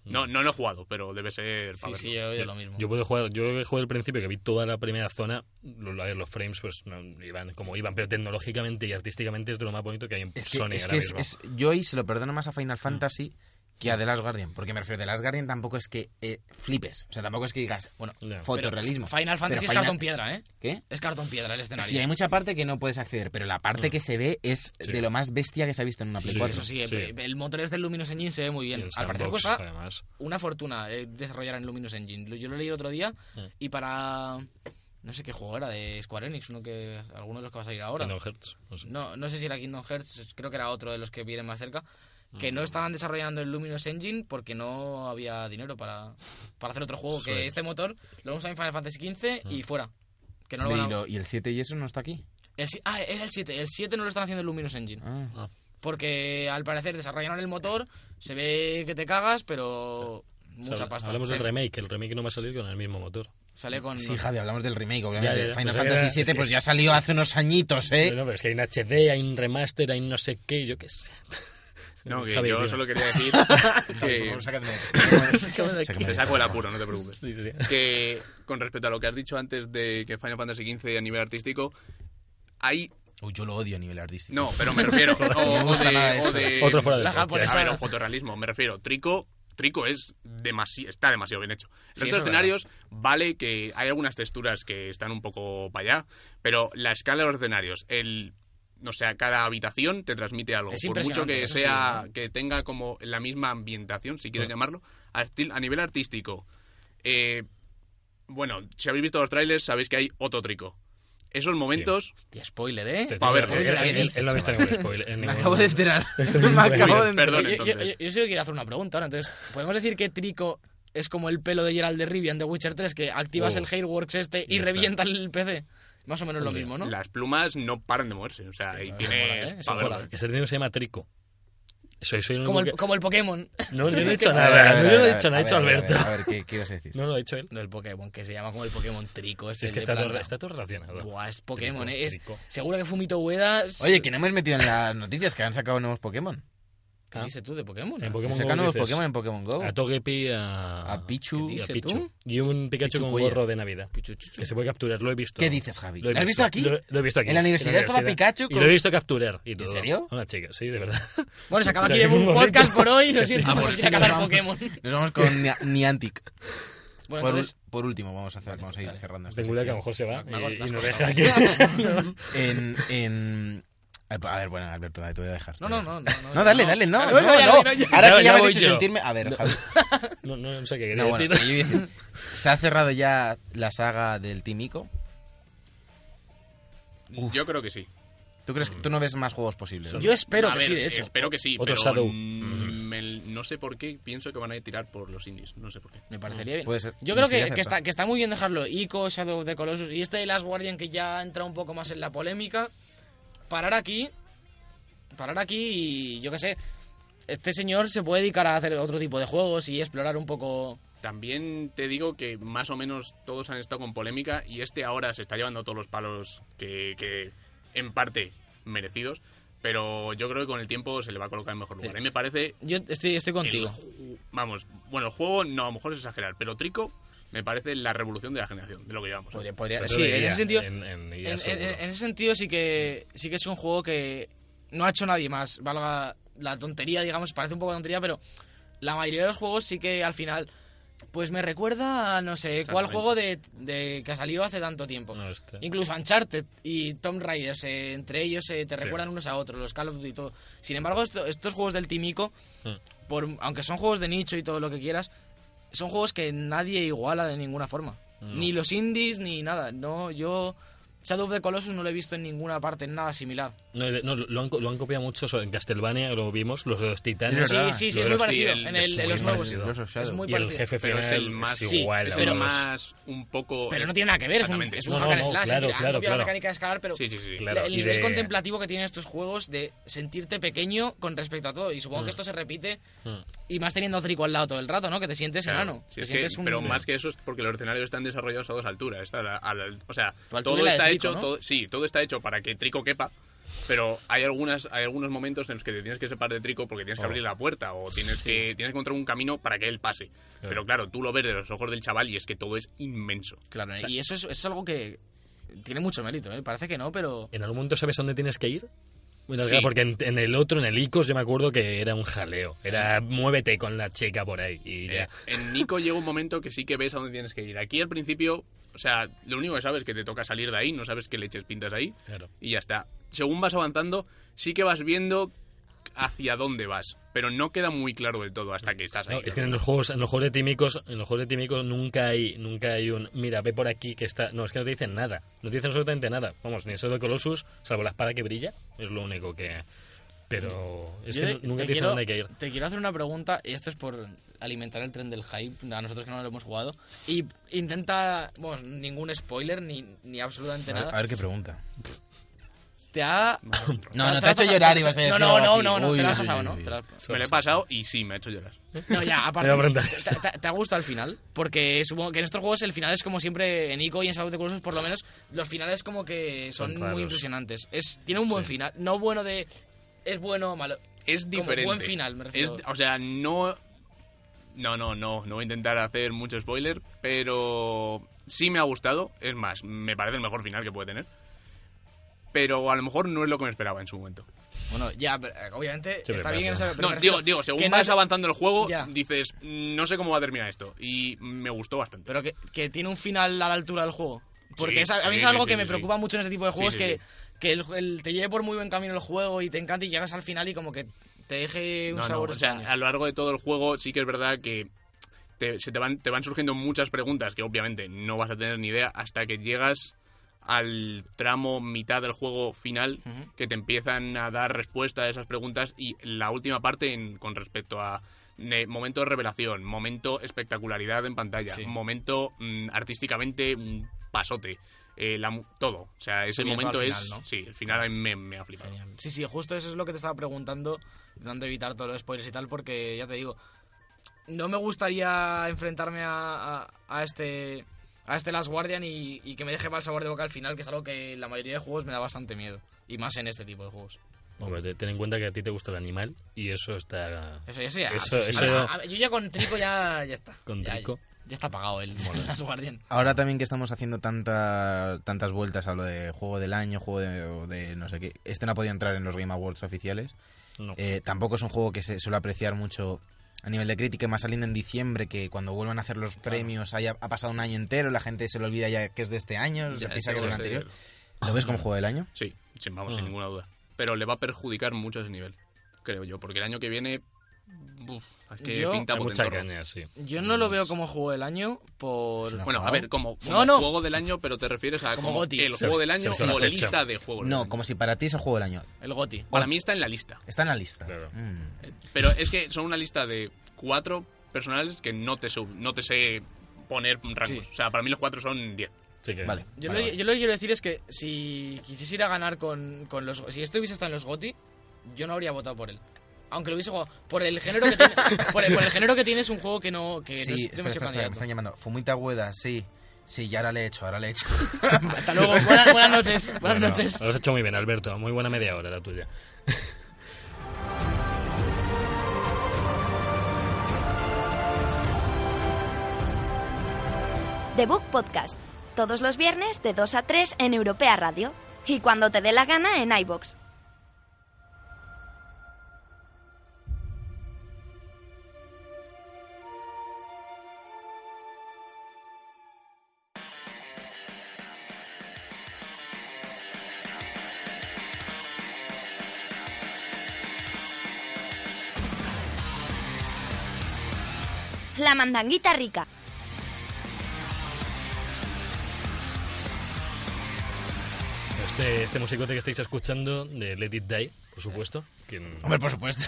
S4: No, no lo he jugado, pero debe ser
S5: sí,
S4: para
S5: sí,
S4: verlo.
S5: yo, yo lo mismo.
S2: Yo puedo jugar, yo jugué al principio que vi toda la primera zona, lo- a ver, los frames pues no, iban como iban, pero tecnológicamente y artísticamente es de lo más bonito que hay en
S3: Es que,
S2: Sony
S3: es
S2: ahora
S3: que es-
S2: mismo. Mm.
S3: es- yo ahí se lo perdono más a Final Fantasy que a The Last Guardian. Porque me refiero, The Last Guardian tampoco es que eh, flipes. O sea, tampoco es que digas, bueno,
S2: Ya.
S5: Pero
S3: fotorrealismo.
S5: Final Fantasy
S3: Pero
S5: es
S3: Final-
S5: cartón piedra, ¿eh?
S3: ¿Qué?
S5: Es cartón piedra el escenario.
S3: Sí, hay mucha parte que no puedes acceder, pero la parte que se ve es
S2: Mm. Sí.
S3: de lo más bestia que se ha visto en una
S2: Sí,
S3: Play
S5: Sí,
S3: 4.
S5: Eso sí,
S2: Sí.
S5: el- el motor este del Luminous Engine se ve muy
S2: Y
S5: bien.
S2: el
S5: Al parecer pues, ah,
S2: sandbox,
S5: cuesta
S2: además.
S5: una fortuna eh, desarrollar en Luminous Engine. Lo- Yo lo leí el otro día
S2: Mm.
S5: y para... No sé qué juego era, de Square Enix, uno que alguno de los que va a salir ahora.
S2: Kingdom Hearts, no sé.
S5: No, no sé si era Kingdom Hearts, creo que era otro de los que vienen más cerca, que no estaban desarrollando el Luminous Engine porque no había dinero para, para hacer otro juego.
S2: Sí.
S5: Que este motor lo vamos a en Final Fantasy XV y fuera. Que no lo
S3: Ve,
S5: van
S3: y,
S5: a-
S3: lo- y el 7 y eso no está aquí.
S5: el si- ah, era el 7. El 7 no lo están haciendo el Luminous Engine.
S3: Ah.
S5: Porque al parecer desarrollaron el motor, se ve que te cagas, pero mucha
S2: O sea,
S5: pasta.
S2: Hablamos del
S5: Sí,
S2: remake, el remake no va a salir con el mismo motor.
S3: Eh.
S5: Sale con...
S3: Sí, Javi, hablamos del remake, obviamente.
S2: Ya, ya, ya.
S3: Final
S2: Pues
S3: Fantasy
S2: era-
S3: VII,
S2: es-
S3: pues ya salió hace unos añitos, ¿eh?
S2: No, pero es que hay un HD, hay un remaster, hay un no sé qué, yo qué sé.
S4: No, que
S2: Javi,
S4: yo
S2: dime.
S4: solo quería decir que te saco el apuro, no te preocupes.
S2: Sí, sí, sí.
S4: que con respecto a lo que has dicho antes de que Final Fantasy XV a nivel artístico, hay...
S3: Uy, yo lo odio a nivel artístico.
S4: No, pero me refiero... o, o
S3: gusta nada
S4: de, o
S3: eso.
S4: de-
S2: Otro fuera de
S5: La
S2: juego,
S5: japonesa.
S4: A
S2: ya
S4: ver, o fotorrealismo, me refiero. Trico, Trico es demasi- está demasiado bien hecho.
S5: Sí,
S4: Los
S5: eso
S4: otros
S5: es
S4: escenarios, vale que hay algunas texturas que están un poco para allá, pero la escala de los escenarios, el... No sé, cada habitación te transmite algo.
S5: Es
S4: Por mucho
S5: impresionante,
S4: que
S5: eso sí, ¿eh? Mm.
S4: sea que tenga como la misma ambientación, si quieres llamarlo, a, estil- a nivel artístico. eh, bueno, si habéis visto los trailers, sabéis que hay otro trico. Esos momentos,
S5: Hostia, spoiler, ¿eh?
S2: está.
S4: Pa' ver,
S2: Él-
S5: spoiler,
S2: él,
S5: ¿eh?
S2: él- él no ha visto ningún spoiler. en
S3: Me
S2: ningún
S3: acabo
S2: momento.
S3: de
S2: Este
S3: enterar.
S2: Esto es
S3: Me
S2: muy
S3: acabo
S2: bueno.
S3: de enterar.
S4: perdón,
S5: yo, yo-
S4: entonces.
S5: yo- yo sí que quiero hacer una pregunta ahora. Entonces, ¿podemos decir que Trico es como el pelo de Gerald de Rivian de Witcher 3, que activas
S2: Oh.
S5: el Hairworks este
S2: Ya
S5: y
S2: está.
S5: revienta el PC? Más o menos lo
S2: Hombre,
S5: mismo, ¿no?
S4: las plumas no paran de moverse. O sea, y
S5: eso
S4: tiene.
S5: mola, ¿eh? Eso
S4: pa' verlo.
S5: mola.
S2: Este tío se llama Trico. Soy, soy el
S5: Como
S2: único
S5: el,
S2: que-
S5: como el Pokémon.
S2: No, yo no he dicho
S3: A ver, a
S2: nada.
S3: ver,
S2: No yo no
S3: a ver,
S2: he dicho nada, ha
S3: a
S2: dicho
S3: ver, a ver,
S2: Alberto.
S3: A ver, ¿qué, qué ibas a decir?
S2: No lo ha dicho él.
S5: No, el Pokémon, que se llama como el Pokémon Trico. Este
S2: Si es que
S5: de
S2: está todo,
S5: planta.
S2: está todo relacionado.
S5: Buah, es Pokémon,
S2: Trico,
S5: ¿eh? Es-
S2: Trico.
S5: seguro que Fumito Ueda... es-
S3: Oye, que no hemos metido en las noticias que han sacado nuevos Pokémon.
S5: ¿Qué
S2: Ah.
S5: dices tú de Pokémon?
S2: En
S3: Se
S2: Pokémon
S3: han
S2: Go
S3: sacado nuevos
S2: dices,
S3: Pokémon en Pokémon Go.
S2: A Togepi, a...
S3: A Pichu.
S2: y a
S5: ¿Dice
S2: Pichu.
S5: tú?
S2: Y un Pikachu
S3: Pichu
S2: con
S3: cuello.
S2: gorro de Navidad. Que se puede capturar, lo he visto.
S3: ¿Qué dices, Javi?
S2: Lo he
S3: ¿Lo has visto aquí?
S2: Lo, lo he visto aquí.
S3: ¿En la universidad estaba Pikachu
S2: Y
S3: con-
S2: lo he visto capturar. Y todo.
S3: serio?
S2: Una chica, sí, de verdad.
S5: Bueno, se acaba
S2: Pero
S5: aquí
S2: en
S5: un
S2: ningún momento.
S5: podcast por hoy. Lo
S2: Sí,
S5: siento,
S2: vamos,
S5: vamos
S3: que
S5: a
S3: nos
S5: acabar
S3: vamos.
S5: Pokémon.
S3: Nos vamos con Nia- Niantic.
S5: Bueno,
S3: por,
S5: entonces...
S3: por último, vamos a, hacer, vamos a ir cerrando. este esta
S2: Ten cuidado que a
S3: sección.
S2: lo mejor se va
S5: Me hago
S2: y, y
S5: las
S2: nos deja
S5: cosas.
S2: aquí.
S3: En, en... pues, A ver, bueno, Alberto, dale, te voy a dejar.
S5: No, no, no. No,
S3: No, dale, dale, no. no,
S5: ya,
S3: no.
S5: ya, ya.
S3: Ahora
S2: Ya
S3: que ya me
S2: voy
S3: has hecho
S2: yo.
S3: sentirme. A ver, Javi.
S2: No, no, no sé qué quería
S3: No, bueno,
S2: decir.
S3: que yo iba a decir, se ha cerrado ya la saga del Team Ico.
S4: Yo creo que sí.
S3: ¿Tú crees que
S2: Mm.
S3: tú no ves más juegos posibles? ¿no?
S5: Yo espero
S4: A
S5: que
S4: ver,
S5: sí, de hecho.
S2: eh,
S4: Espero que sí.
S2: Otro
S4: pero
S2: Shadow.
S4: mm, me- no sé por qué pienso que van a tirar por los indies. No sé por qué.
S5: Me parecería bien.
S3: Puede ser.
S5: Yo creo
S3: Sí,
S5: que,
S3: acepta.
S5: que está, que está muy bien dejarlo. Ico, Shadow of the Colossus y este de Last Guardian que ya ha entrado un poco más en la polémica. Parar aquí. Parar aquí y yo qué sé. Este señor se puede dedicar a hacer otro tipo de juegos y explorar un poco.
S4: También te digo que más o menos todos han estado con polémica y este ahora se está llevando todos los palos que, que en parte merecidos, pero yo creo que con el tiempo se le va a colocar en mejor lugar. A mí me parece...
S5: Yo estoy, estoy
S4: el
S5: contigo.
S4: ju- vamos, bueno, el juego no, a lo mejor es exagerar, pero Trico me parece la revolución de la generación, de lo que llevamos.
S5: Podría- podría-
S2: Pero
S5: sí,
S2: de
S5: en
S2: IA,
S5: ese sentido.
S2: En, en IA
S5: en, en-
S2: seguro.
S5: en ese sentido sí que sí que es un juego que no ha hecho nadie más valga la tontería digamos parece un poco tontería pero la mayoría de los juegos sí que al final pues me recuerda a no sé cuál
S4: Exactamente.
S5: juego de, de que ha salido hace tanto tiempo
S2: No, este-
S5: incluso Uncharted y Tomb Raider se- entre ellos se te recuerdan unos a otros los Call of Duty y todo sin embargo esto- estos juegos del Timico
S2: Mm.
S5: por aunque son juegos de nicho y todo lo que quieras son juegos que nadie iguala de ninguna forma. Ni los indies, ni nada. No, yo. Shadow of the Colossus no lo he visto en ninguna parte, en nada similar.
S2: No, de- no, lo, han, co- lo han copiado mucho so- en Castlevania, lo vimos, los de los titanes.
S3: Es verdad.
S5: sí, sí, sí,
S2: Lo de
S5: es muy
S2: los
S5: parecido.
S4: Tiel
S5: en,
S4: es
S5: el- en
S2: muy
S5: los nuevos.
S2: parecido.
S3: Los of Shadow.
S5: Es muy
S2: y el
S5: parecido.
S2: jefe
S4: pero
S2: final
S4: es el más,
S2: es igual.
S4: es
S2: a
S4: el
S2: uno de los-
S4: más un poco...
S5: Pero no
S4: eh,
S5: tiene nada que ver, es un,
S4: exactamente.
S5: es un
S2: No,
S5: hack and
S2: no, claro,
S5: slash. es decir, han
S2: claro,
S5: copiado la
S2: claro.
S5: mecánica de escalar, pero
S4: Sí, sí, sí.
S2: Claro,
S5: el
S2: y
S5: nivel
S2: de-
S5: contemplativo que tienen estos juegos de sentirte pequeño con respecto a todo. Y supongo que esto se repite,
S2: Mm.
S5: y más teniendo a Trico al lado todo el rato, ¿no? Que te sientes
S4: Claro,
S5: enano.
S4: si
S5: te
S4: es que-
S5: sientes un-
S4: Pero más que eso es porque los escenarios están desarrollados a dos alturas. está a la- a la- o sea,
S5: Tu altura y
S4: todo
S5: la de
S4: está
S5: Trico,
S4: hecho,
S5: ¿no?
S4: todo, sí, todo está hecho para que Trico quepa. Pero hay algunas hay algunos momentos en los que te tienes que separar de Trico porque tienes que
S2: Oh.
S4: abrir la puerta o tienes que tienes que encontrar un camino para que él pase. Pero claro, tú lo ves de los ojos del chaval y es que todo es inmenso.
S5: Claro, y eso es, es algo que tiene mucho mérito, ¿eh? Parece que no, pero...
S2: ¿En algún momento sabes a dónde tienes que ir? Bueno,
S4: Sí.
S2: claro, Porque en, en el otro, en el ICOS, yo me acuerdo que era un jaleo. Era muévete con la chica por ahí. Y ya.
S4: Eh, en Nico llega un momento que sí que ves a dónde tienes que ir. Aquí al principio, o sea, lo único que sabes es que te toca salir de ahí, no sabes qué leches pintas ahí
S2: Claro.
S4: y ya está. Según vas avanzando, sí que vas viendo hacia dónde vas, pero no queda muy claro del todo hasta que estás ahí.
S2: No, es que en los juegos, en los juegos de tímicos, en los juegos de tímicos nunca hay, nunca hay un mira, ve por aquí que está. No, es que no te dicen nada. No te dicen absolutamente nada. Vamos, ni eso de Colossus, salvo la espada que brilla, es lo único que. Pero es
S5: Yo
S2: que
S5: te-
S2: nunca te
S5: te
S2: dicen
S5: quiero-
S2: dónde hay que ir.
S5: Te quiero hacer una pregunta, y esto es por alimentar el tren del hype, a nosotros que no lo hemos jugado. Y intenta, vamos, ningún spoiler ni, ni absolutamente
S3: A ver, a
S5: nada.
S3: ver qué pregunta.
S5: Te ha...
S3: No, no, te ha
S5: has
S3: hecho
S5: pasado-
S3: llorar, ibas a decir
S5: No, no,
S3: algo
S5: no,
S3: así.
S5: no, no,
S3: Uy,
S5: te la has
S3: uy, uy,
S5: pasado, ¿no?
S3: uy.
S5: Te la has-
S4: Me lo he pasado y sí, me ha hecho llorar.
S5: No, ya, aparte.
S2: Te voy a preguntar eso.
S5: ¿te- te, te ha gustado el final? Porque supongo que en estos juegos el final es como siempre en Ico y en Shadow de Colossus, por lo menos, los finales como que son,
S2: Son raros.
S5: muy impresionantes. Es, tiene un buen final, no bueno de. Es bueno o malo.
S4: Es
S5: Como
S4: diferente.
S5: buen final, me refiero.
S4: Es- o sea, no... No, no, no, no voy a intentar hacer mucho spoiler, pero sí me ha gustado. Es más, me parece el mejor final que puede tener. Pero a lo mejor no es lo que me esperaba en su momento.
S5: Bueno, ya, pero, eh, obviamente
S2: pero
S5: está
S2: pasa.
S5: bien. esa- pero
S4: No,
S5: me refiero
S4: digo, digo,
S5: que
S4: según
S5: no
S4: vas
S5: es-
S4: avanzando el juego,
S5: Ya.
S4: dices, "Mm, no sé cómo va a terminar esto. Y me gustó bastante.
S5: Pero que, que tiene un final a la altura del juego. Porque
S4: Sí,
S5: es- a mí
S4: sí,
S5: es
S4: sí,
S5: algo
S4: sí,
S5: que me
S4: sí,
S5: preocupa
S4: sí.
S5: mucho en este tipo de
S4: Sí,
S5: juegos,
S4: sí,
S5: que,
S4: sí.
S5: que el, el- te lleve por muy buen camino el juego y te encanta y llegas al final y como que te deje un
S4: No, no,
S5: sabor
S4: o sea,
S5: extraño.
S4: a lo largo de todo el juego sí que es verdad que te, se te, van, te van surgiendo muchas preguntas que obviamente no vas a tener ni idea hasta que llegas al tramo mitad del juego final
S5: Ujú.
S4: que te empiezan a dar respuesta a esas preguntas y la última parte en- con respecto a ne- momento de revelación, momento espectacularidad en pantalla,
S3: Sí.
S4: momento mm, artísticamente un pasote, eh, la mu- todo. O sea, ese
S5: Sí, todo
S4: momento
S5: al
S4: es...
S5: final, ¿no?
S4: Sí, el final a mí me, me ha flipado.
S5: Sí, sí, justo eso es lo que te estaba preguntando, intentando evitar todos los spoilers y tal, porque ya te digo, no me gustaría enfrentarme a, a- a este a este Last Guardian y, y que me deje mal sabor de boca al final, que es algo que en la mayoría de juegos me da bastante miedo, y más en este tipo de juegos.
S2: Hombre, te- ten en cuenta que a ti te gusta el animal y eso está
S5: Eso, eso ya.
S2: Eso-
S5: sí, sí.
S2: eso ya-
S5: A- a- yo ya con Trico ya, ya está.
S2: Con
S5: Ya-
S2: Trico.
S5: Ya, está pagado el Last Guardian.
S3: Ahora también que estamos haciendo tanta- tantas vueltas a lo de juego del año, juego de, o de no sé qué, este no ha podido entrar en los Game Awards oficiales.
S2: No.
S3: Eh, tampoco es un juego que se suele apreciar mucho a nivel de crítica, más saliendo en diciembre, que cuando vuelvan a hacer los premios haya, ha pasado un año entero, la gente se lo olvida ya que es de este año, se
S4: Ya,
S3: piensa que es
S4: sí,
S3: del
S4: sí,
S3: anterior.
S4: sí.
S3: ¿Lo ves como juego del año?
S4: Sí, sin, vamos, sin
S2: Mm.
S4: ninguna duda. Pero le va a perjudicar mucho ese nivel, creo yo, porque el año que viene. uf, es que
S5: Yo-
S4: pinta
S2: hay mucha
S4: potentorro.
S2: caña, sí.
S5: Yo no lo veo como juego del año
S3: Es
S5: por...
S3: una-
S4: Bueno, a ver, como, como
S5: No, no.
S4: juego del año, pero te refieres a
S5: Como
S4: como
S5: Goti.
S4: el
S2: Se-
S4: juego del
S2: se
S4: año
S2: hizo la
S4: o
S2: fecha.
S4: lista de juegos. del
S3: No,
S4: año.
S3: como si para ti es el juego del año.
S5: El Goti.
S4: Para mí está en la lista.
S3: Está en la lista.
S2: Claro.
S3: Mm.
S4: Pero es que son una lista de cuatro personales que no te, sub- no te sé poner rangos.
S5: Sí.
S4: O sea, para mí los cuatro son diez.
S2: Sí que-
S3: Vale.
S5: Yo,
S3: vale,
S5: lo,
S3: vale.
S5: yo lo que quiero decir es que si quisiese ir a ganar con, con los... Si esto hubiese estado en los GOTI, yo no habría votado por él. Aunque lo hubiese jugado por el género que tiene, por, el, por el género que tiene es un juego que no, que
S3: Sí,
S5: no es
S3: espera, espera,
S5: demasiado
S3: espera, me
S5: candidato.
S3: están llamando. Fumita Hueda, sí. Sí, ya ahora le he hecho, ahora le he hecho.
S5: Hasta luego, buenas, buenas noches, buenas
S2: Bueno,
S5: noches.
S2: Lo has hecho muy bien, Alberto. Muy buena media hora la tuya.
S1: The Book Podcast, todos los viernes de 2 a 3 en Europea Radio y cuando te dé la gana en iBox. La mandanguita rica.
S2: Este, este musicote que estáis escuchando de Let It Die Por supuesto. ¿Quién-
S3: Hombre, por supuesto.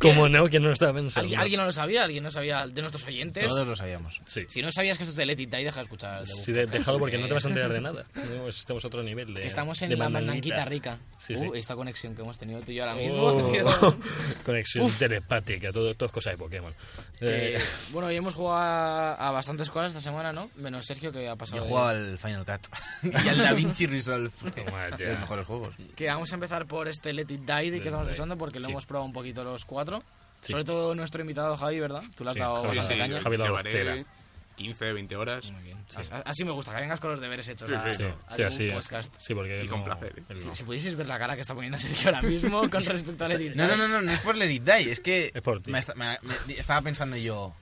S2: Como no, que no lo estaba pensando.
S5: ¿Alguien, alguien no lo sabía? ¿Alguien no sabía de nuestros oyentes?
S3: Todos lo sabíamos.
S2: Sí.
S5: Si no sabías que esto es de Letty y deja de escuchar el debut.
S2: Sí, de- dejado porque no te vas a enterar de nada. No, pues estamos a otro nivel de.
S5: Que estamos en
S2: de
S5: la
S2: mandanguita.
S5: mandanguita rica.
S2: Sí,
S5: Uh,
S2: sí.
S5: esta conexión que hemos tenido tú y yo ahora mismo. ha
S2: Oh,
S5: sido-
S2: conexión telepática, todo, todas cosas de Pokémon.
S5: que-
S2: Eh,
S5: bueno, y hemos jugado a, a bastantes cosas esta semana, ¿no? Menos Sergio, que ha pasado.
S3: Yo
S5: de-
S3: jugaba al Final Cut y al Da Vinci Resolve.
S2: Toma ya.
S3: De los mejores juegos.
S5: Que vamos a empezar por este Let It Die de
S2: Let
S5: que estamos
S2: It Die.
S5: escuchando porque lo
S2: Sí.
S5: hemos probado un poquito los cuatro.
S2: Sí.
S5: Sobre todo nuestro invitado Javi, ¿verdad? Tú le has
S2: Sí,
S5: dado
S2: Javi,
S4: Sí,
S5: bastante
S4: sí,
S5: caña.
S4: yo
S2: Javi la
S4: llevaré
S2: vocera.
S4: 15, 20 horas.
S5: Muy bien. Así, así me gusta, que vengas con los deberes hechos
S4: Sí,
S5: a-
S2: ah, sí,
S5: a
S2: sí,
S5: tu
S2: así es.
S5: podcast.
S2: Sí, porque
S4: Y
S2: él
S4: con
S2: no-
S4: placer. ¿eh?
S2: él
S5: Si,
S2: no.
S5: si pudieseis ver la cara que está poniendo Sergio ahora mismo con respecto a Let It
S3: No, no,
S5: Die.
S3: no, no, no es por Let It Die, es que
S2: Es por ti.
S3: me esta- me- me- estaba pensando yo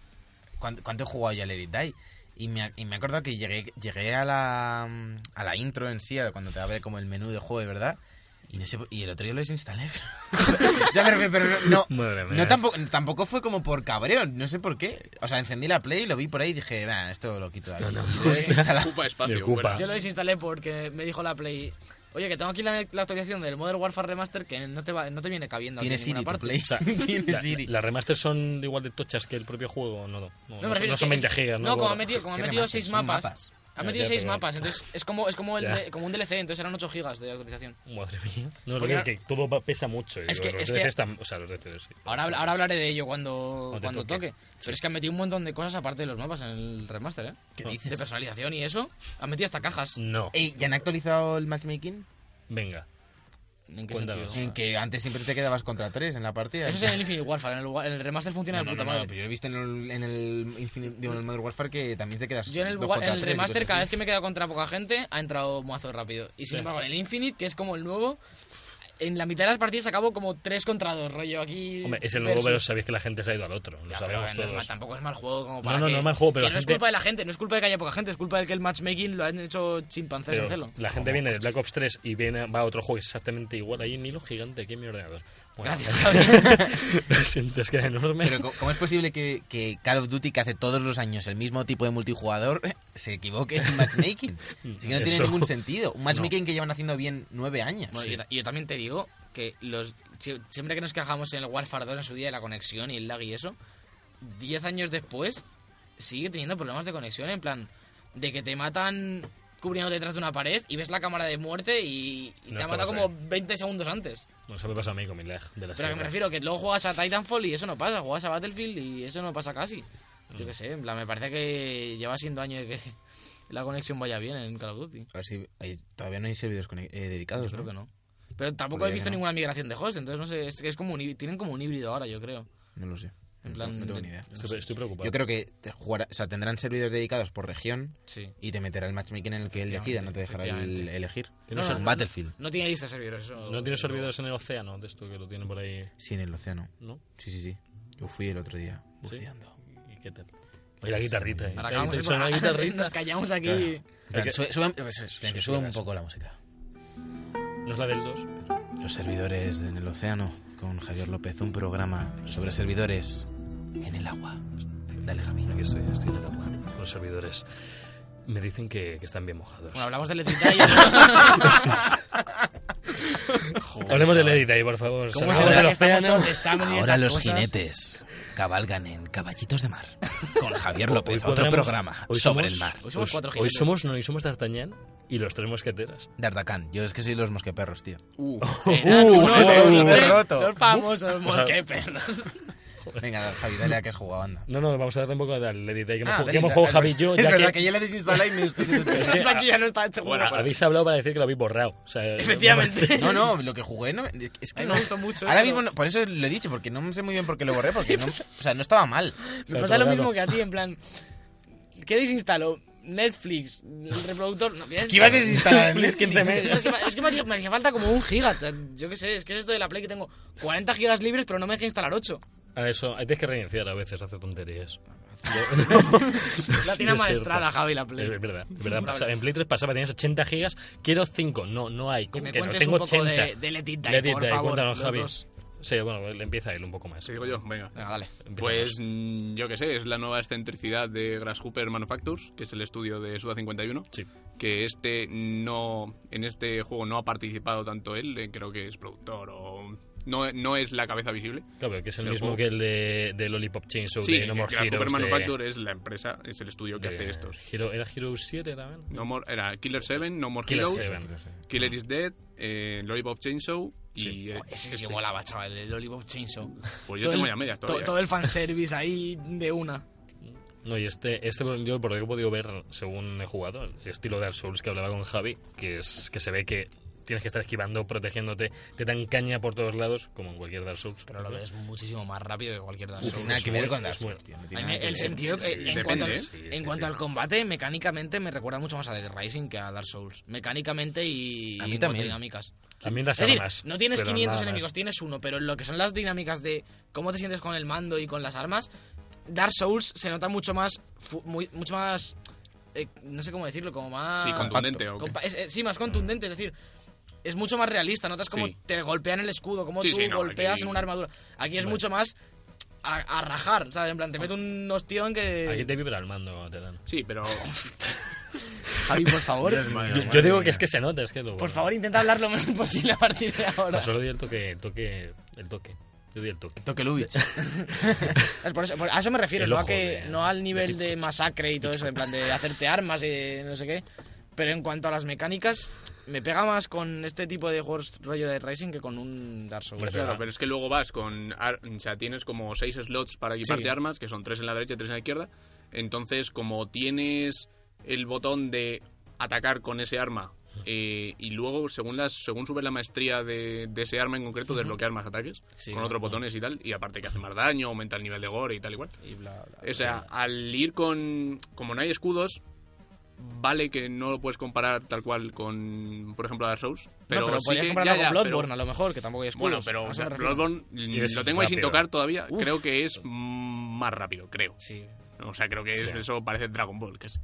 S3: ¿cuánto, cuánto he jugado ya a Let It Die y me, ha- y me he acordado que llegué, llegué a, la, a la intro en sí, a cuando te abre como el menú de juego, de verdad. Y, no sé, por- y el otro día lo desinstalé. ya, pero, pero no,
S2: Madre mía.
S3: no tampoco, tampoco fue como por cabreo, no sé por qué. O sea, encendí la play, lo vi por ahí y dije, "Bah, esto lo quito. de aquí".
S2: no.
S3: Y lo desinstalé.
S4: Ocupa espacio.
S2: Me ocupa.
S5: Yo lo desinstalé porque me dijo la Play. Oye, que tengo aquí la, la actualización del Modern Warfare Remaster que no te, va- no te viene cabiendo. aquí
S3: Tiene
S5: en ninguna
S3: Siri, tu
S5: parte.
S2: O
S3: play.
S2: sea,
S3: Tiene
S2: la-
S3: Siri.
S2: las remasters son igual de tochas que el propio juego, no, no, no,
S5: No, me
S2: son-
S5: refiero,
S2: no
S5: es
S2: son
S5: que-
S2: 20 gigas.
S5: No, como ha
S2: Gordo.
S5: metido, como ha
S3: ¿Qué
S5: metido
S3: remaster?
S5: seis
S3: Son
S5: mapas.
S3: mapas.
S5: Ha
S2: Ya,
S5: metido
S2: ya,
S5: seis
S2: pero-
S5: mapas, entonces es como, es como, el
S2: Ya.
S5: de- como un DLC, entonces eran 8 gigas de actualización.
S2: Madre mía. No,
S5: Porque-
S2: porque que todo va- pesa mucho.
S5: Es
S2: Es
S5: que-
S2: que,
S5: es que-
S2: están, o sea, los DLCs sí.
S5: Ahora, habla- ahora hablaré de ello cuando,
S2: Cuando te
S5: cuando toque.
S2: toque.
S5: Pero es que han metido un montón de cosas aparte de los mapas en el remaster, ¿eh?
S3: ¿Qué dices?
S5: De personalización y eso. Han metido hasta cajas.
S2: No.
S3: Ey, ¿Ya han actualizado el matchmaking?
S2: Venga.
S5: ¿En qué
S2: Mm, Cuéntanos.
S5: sentido?
S3: En que antes siempre te quedabas contra tres en la partida.
S5: Eso es en el Infinite Warfare, en el, wa- en el remaster funciona
S3: No,
S5: de
S3: no,
S5: puta
S3: no,
S5: madre.
S3: no, pero yo lo he visto en el, en el, Infinite- digo, en el Modern Warfare que también te quedas.
S5: Yo en el,
S3: dos
S5: wa- en
S3: contra
S5: el
S3: tres y
S5: remaster,
S3: cosas
S5: cada
S3: así.
S5: vez que me he quedado contra poca gente, ha entrado mazo rápido. Y
S2: Sí.
S5: sin embargo, en el Infinite, que es como el nuevo, en la mitad de las partidas acabo como 3 contra 2, rollo aquí.
S2: Hombre, es el nuevo, pero
S5: versus.
S2: sabéis que la gente se ha ido al otro. Lo
S5: Ya, pero
S2: sabemos
S5: bueno, es
S2: todos.
S5: mal- tampoco es mal juego como para
S2: no,
S5: que-
S2: no es mal juego, pero
S5: que
S2: la
S5: no es
S2: gente-
S5: culpa de la gente, no es culpa de que haya poca gente, es culpa de que el matchmaking lo han hecho chimpancés
S2: Pero
S5: hacerlo.
S2: la gente viene de Black Ops 3 y viene, va a otro juego exactamente igual. Ahí en hilo gigante aquí en mi ordenador. Bueno,
S5: Gracias, Javi.
S2: lo siento, es que era enorme.
S3: Pero, co- ¿cómo es posible que, que Call of Duty, que hace todos los años el mismo tipo de multijugador, se equivoque en matchmaking? Es que no tiene
S2: Eso.
S3: ningún sentido. Un matchmaking que llevan haciendo bien nueve años.
S5: Bueno,
S3: Sí.
S5: yo, ta- yo también te digo que los si- siempre que nos quejamos en el Warfare 2 en su día de la conexión y el lag y eso, 10 años después sigue teniendo problemas de conexión, en plan, de que te matan cubriendo detrás de una pared y ves la cámara de muerte y,
S2: No
S5: y te ha
S2: está
S5: matado
S2: pasando.
S5: como 20 segundos antes.
S2: No, eso me pasa a mí con mi lag de la
S5: Pero a
S2: serie.
S5: que me refiero que luego juegas a Titanfall y eso no pasa, juegas a Battlefield y eso no pasa casi.
S2: Mm.
S5: Yo qué sé, en plan, me parece que lleva siendo años de que la conexión vaya bien en Call of Duty.
S3: A ver si hay- todavía no hay servidores con- eh, dedicados.
S5: Creo
S3: ¿no?
S5: que no. Pero tampoco
S3: Podría
S5: he visto
S3: que no.
S5: ninguna migración de host, entonces no sé, es, que es como un híbrido- tienen como un híbrido ahora, yo creo.
S3: No lo sé.
S5: En
S3: No-
S5: plan,
S3: no tengo
S5: de-
S3: ni idea.
S2: Estoy, estoy preocupado.
S3: Yo creo que te jugará- o sea, tendrán servidores dedicados por región
S5: Sí.
S3: y te meterá el matchmaking en el que él decida, no te dejará el-
S5: efectivamente.
S3: elegir.
S2: Que no
S3: es
S2: son-
S3: un Battlefield.
S5: No tiene lista de servidores eso.
S2: ¿No tiene servidores en el océano? De esto que lo tienen por ahí,
S3: Sí, en el océano.
S2: ¿no?
S3: Sí, sí, sí. Yo fui el otro día
S2: ¿Sí?
S3: buceando.
S2: ¿Y qué tal? Oye, la guitarrita. eh.
S5: Ahora
S2: La
S5: acabamos de
S2: guitarra- suena la
S5: Nos
S2: guitarrita.
S5: callamos aquí.
S3: Claro. Espera,
S2: que-
S3: sube- sube- pues, silencio, sube un
S2: Susurras.
S3: poco la música.
S2: No es la del 2.
S3: Los servidores en el océano con Javier López, un programa sobre servidores en el agua. Dale, Javi.
S2: Aquí estoy, estoy en el agua. Con servidores. Me dicen que, que están bien mojados.
S5: Bueno, hablamos de Letita y
S2: Hablemos del Edit ahí, por favor.
S5: cómo
S2: Salgamos
S5: se
S3: Ahora-
S5: nota
S2: del
S5: que estamos
S2: océano.
S5: todos de examen y
S3: Ahora
S5: estas
S3: los
S5: cosas?
S3: jinetes cabalgan en caballitos de mar con Javier
S2: Hoy
S3: López, otro
S2: cuadramos-
S3: programa
S2: hoy
S3: sobre
S2: somos-
S3: el mar.
S5: Hoy somos
S2: hoy-
S5: cuatro
S2: Hoy
S5: jinetes.
S2: somos, no, hoy somos D'Artagnan y los tres mosqueteras.
S3: Dardacán, yo es que soy los mosqueperros, tío.
S4: Uh,
S5: Eran
S2: Uh,
S5: unos
S2: uh,
S5: de esos
S2: uh,
S5: tres,
S3: roto.
S5: Los famosos
S2: sea-
S5: mosqueperros.
S3: Venga, Javi, dale a que has jugado, anda.
S2: No, no, vamos a darle un poco al Edit ahí que hemos
S3: Ah,
S2: jugado-
S3: dale,
S2: que hemos
S3: dale,
S2: jugado
S3: dale.
S2: Javi y yo. ya
S3: Es verdad
S2: que-
S3: que pues- yo la desinstalé y me estoy...
S2: Es que-
S5: Aquí ya no está este juego.
S4: Bueno,
S5: para-
S2: Habéis hablado para decir que lo habéis borrado. O sea,
S5: Efectivamente.
S3: No, no, lo que jugué no, es
S5: A
S3: que
S5: mí
S3: no.
S5: me gustó mucho,
S3: Ahora
S5: pero-
S3: mismo, no- por eso lo he dicho, porque no sé muy bien por qué lo borré, porque no, o sea, no estaba mal.
S5: Me
S2: Pero
S5: pasa lo
S2: colgado.
S5: mismo que a ti, en plan. ¿Qué desinstalo? Netflix, el reproductor. No, ¿Qué
S3: ¿Qué ibas a desinstalar en
S2: Netflix?
S3: Netflix?
S5: Es que, es que me, hacía, me hacía falta como un giga. Yo qué sé, es que es esto de la Play que tengo 40 gigas libres, pero no me deja instalar 8.
S2: A eso, hay que reiniciar a veces, hace tonterías.
S5: La
S2: Sí,
S5: tiene
S2: es
S5: maestrada
S2: cierto. Eh,
S5: Javi la
S2: Es
S5: Play.
S2: verdad, es verdad. pasa- en Play 3 pasaba, tenías 80 gigas, quiero 5. No, no hay.
S5: Que
S2: ¿Cómo
S5: me
S2: que no?
S5: cuentes
S2: Tengo
S5: un poco
S2: 80.
S5: de, de Let It Die,
S2: Let it
S5: por
S2: die,
S5: favor.
S2: cuéntanos,
S5: los
S2: Javi.
S5: dos.
S2: Sí, bueno, le empieza él un poco más.
S4: Sí, digo yo, venga.
S5: Venga, dale.
S2: Empieza
S4: Pues
S2: más.
S4: mm, yo qué sé, es la nueva excentricidad de Grasshopper Manufactures, que es el estudio de Suda 51,
S2: Sí.
S4: que este no en este juego no ha participado tanto él, eh, creo que es productor o no, no es la cabeza visible.
S2: Claro, que es el
S4: Pero
S2: mismo
S4: como-
S2: que el de, de Lollipop Chainsaw
S4: sí,
S2: de No More
S4: Grasshopper
S2: Heroes. de-
S4: Manufacture es la empresa, es el estudio que
S2: de-
S4: hace estos.
S2: Hero- ¿Era Heroes 7 también?
S4: No More- era Killer 7, No More
S2: Killer
S4: Heroes,
S2: Seven.
S4: Killer is Dead, eh, Lollipop Chainsaw y
S2: Sí. Oh,
S4: eh,
S5: Joder, Ese sí que
S4: este.
S5: molaba, chaval, el Lollipop Chainsaw.
S4: Pues yo
S5: oh. Todo
S4: tengo
S5: el-
S4: ya medias
S5: to-
S4: todavía.
S5: Todo el fanservice ahí de una.
S2: No, y este, este yo por lo que he podido ver, según he jugado, el estilo Dark Souls que hablaba con Javi, que es que se ve que tienes que estar esquivando, protegiéndote, te dan caña por todos lados, como en cualquier Dark Souls.
S5: Pero lo ves muchísimo más rápido que cualquier Dark
S3: No
S5: Souls.
S3: tiene nada que ver
S2: bueno,
S3: con Dark
S2: es bueno.
S3: Souls, tío, no
S5: A
S3: tiene
S5: mí
S3: nada que
S5: el
S3: ver.
S5: sentido,
S2: Sí,
S5: en,
S4: depende,
S5: cuanto, al,
S4: ¿eh?
S2: Sí,
S5: en
S2: sí,
S5: cuanto
S2: sí.
S5: al combate, mecánicamente me recuerda mucho más a Dead Rising que a Dark Souls. Mecánicamente y,
S3: A
S5: y
S3: mí
S5: en cuanto
S3: también.
S5: a dinámicas.
S2: También las
S5: Es decir,
S2: armas.
S5: no tienes
S2: pero
S5: 500
S2: nada más.
S5: enemigos, tienes uno, pero en lo que son las dinámicas de cómo te sientes con el mando y con las armas, Dark Souls se nota mucho más, fu- muy- mucho más, eh, no sé cómo decirlo, como más...
S2: Ah.
S4: Sí, contundente o qué?
S5: compa- es- es- sí, más contundente, es decir, es mucho más realista, notas cómo
S4: Sí.
S5: te golpean el escudo, cómo
S4: Sí,
S5: tú
S4: sí, no,
S5: golpeas
S4: aquí-
S5: en una armadura. Aquí es
S2: Vale.
S5: mucho más a, a rajar, ¿sabes? En plan, te mete un ostión que...
S2: Aquí te vibra el mando cuando te dan.
S4: Sí, pero
S5: Javi, por favor,
S3: Dios mío,
S2: Yo,
S3: madre
S2: digo
S3: mía.
S2: que es que se nota, es que lo.
S5: por favor, intenta hablar lo menos posible a partir de ahora.
S2: solo di el toque, el toque, el toque. Yo di el toque.
S3: Toque Lubitsch.
S5: Es por eso- por- a eso me refiero,
S2: El
S5: no, a
S2: ojo
S5: que,
S4: eh.
S2: de-
S5: no al
S2: de
S5: nivel de
S2: Hitchcock.
S5: masacre y todo eso, en plan de hacerte armas y no sé qué. Pero en cuanto a las mecánicas, me pega más con este tipo de juegos rollo de Racing que con un Dark Souls.
S2: Hombre,
S4: Claro,
S2: ¿verdad?
S4: pero es que luego vas con. ar- O sea, tienes como seis slots para equiparte
S5: Sí.
S4: armas, que son tres en la derecha y tres en la izquierda. Entonces, como tienes el botón de atacar con ese arma. eh, y luego, según las según sube la maestría de, de ese arma en concreto, desbloqueas más ataques
S5: Sí,
S4: con otros botones y tal. Y aparte que hace más daño, aumenta el nivel de gore y tal igual.
S5: Y bla, bla, bla.
S4: O sea, al ir con. Como no hay escudos, vale que no lo puedes comparar tal cual con, por ejemplo, Dark Souls. Pero,
S5: no, pero
S4: sí
S5: podrías
S4: que-
S5: compararlo
S4: ya, ya,
S5: con
S4: pero-
S5: Bloodborne, a lo mejor, que tampoco hay
S4: bueno,
S5: escudos.
S4: pero
S5: a
S4: o
S5: eso
S4: sea,
S5: me refiero.
S4: Bloodborne
S2: Y
S4: mm,
S2: es
S4: lo tengo ahí sin
S2: rápido.
S4: tocar todavía. Creo que es mm, más rápido, creo.
S5: Sí.
S4: O sea, creo que es-
S2: Sí.
S4: eso parece Dragon Ball. casi.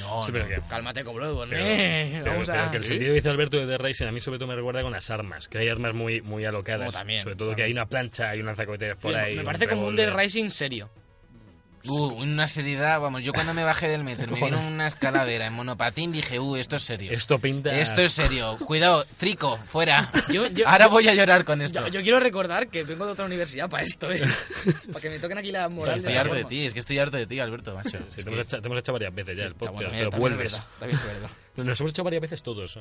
S5: No,
S2: Sí, pero
S5: no,
S2: que-
S5: cálmate con Bloodborne.
S2: Pero,
S5: eh,
S2: pero-
S5: vamos
S2: pero
S5: a...
S2: que el
S4: ¿Sí?
S2: sentido que dice Alberto de The Rising a mí sobre todo me recuerda con las armas, que hay armas muy, muy alocadas.
S5: Oh, también,
S2: sobre todo que
S5: también.
S2: hay una plancha, hay un lanzacohetes por ahí.
S5: me parece como un
S2: revólver.
S5: Dead Rising serio.
S3: Uh, una seriedad, vamos, yo cuando me bajé del metro me vino unas calaveras en monopatín dije, uh, esto es serio. Esto,
S2: Esto pinta.
S3: es serio. Cuidado, trico, fuera.
S5: Yo- yo-
S3: Ahora voy a llorar con esto.
S5: Yo, yo quiero recordar que vengo de otra universidad para esto, eh. para que me toquen aquí la moral.
S3: estoy
S5: la
S3: harto de
S5: broma.
S3: ti, es que estoy harto de ti, Alberto, macho.
S2: Sí, te, hemos hecho, te hemos hecho varias veces ya el
S5: Está
S2: podcast,
S5: bueno,
S2: pero
S5: mira, también es
S2: vuelves.
S5: verdad, también es verdad.
S2: Nos hemos hecho varias veces todos.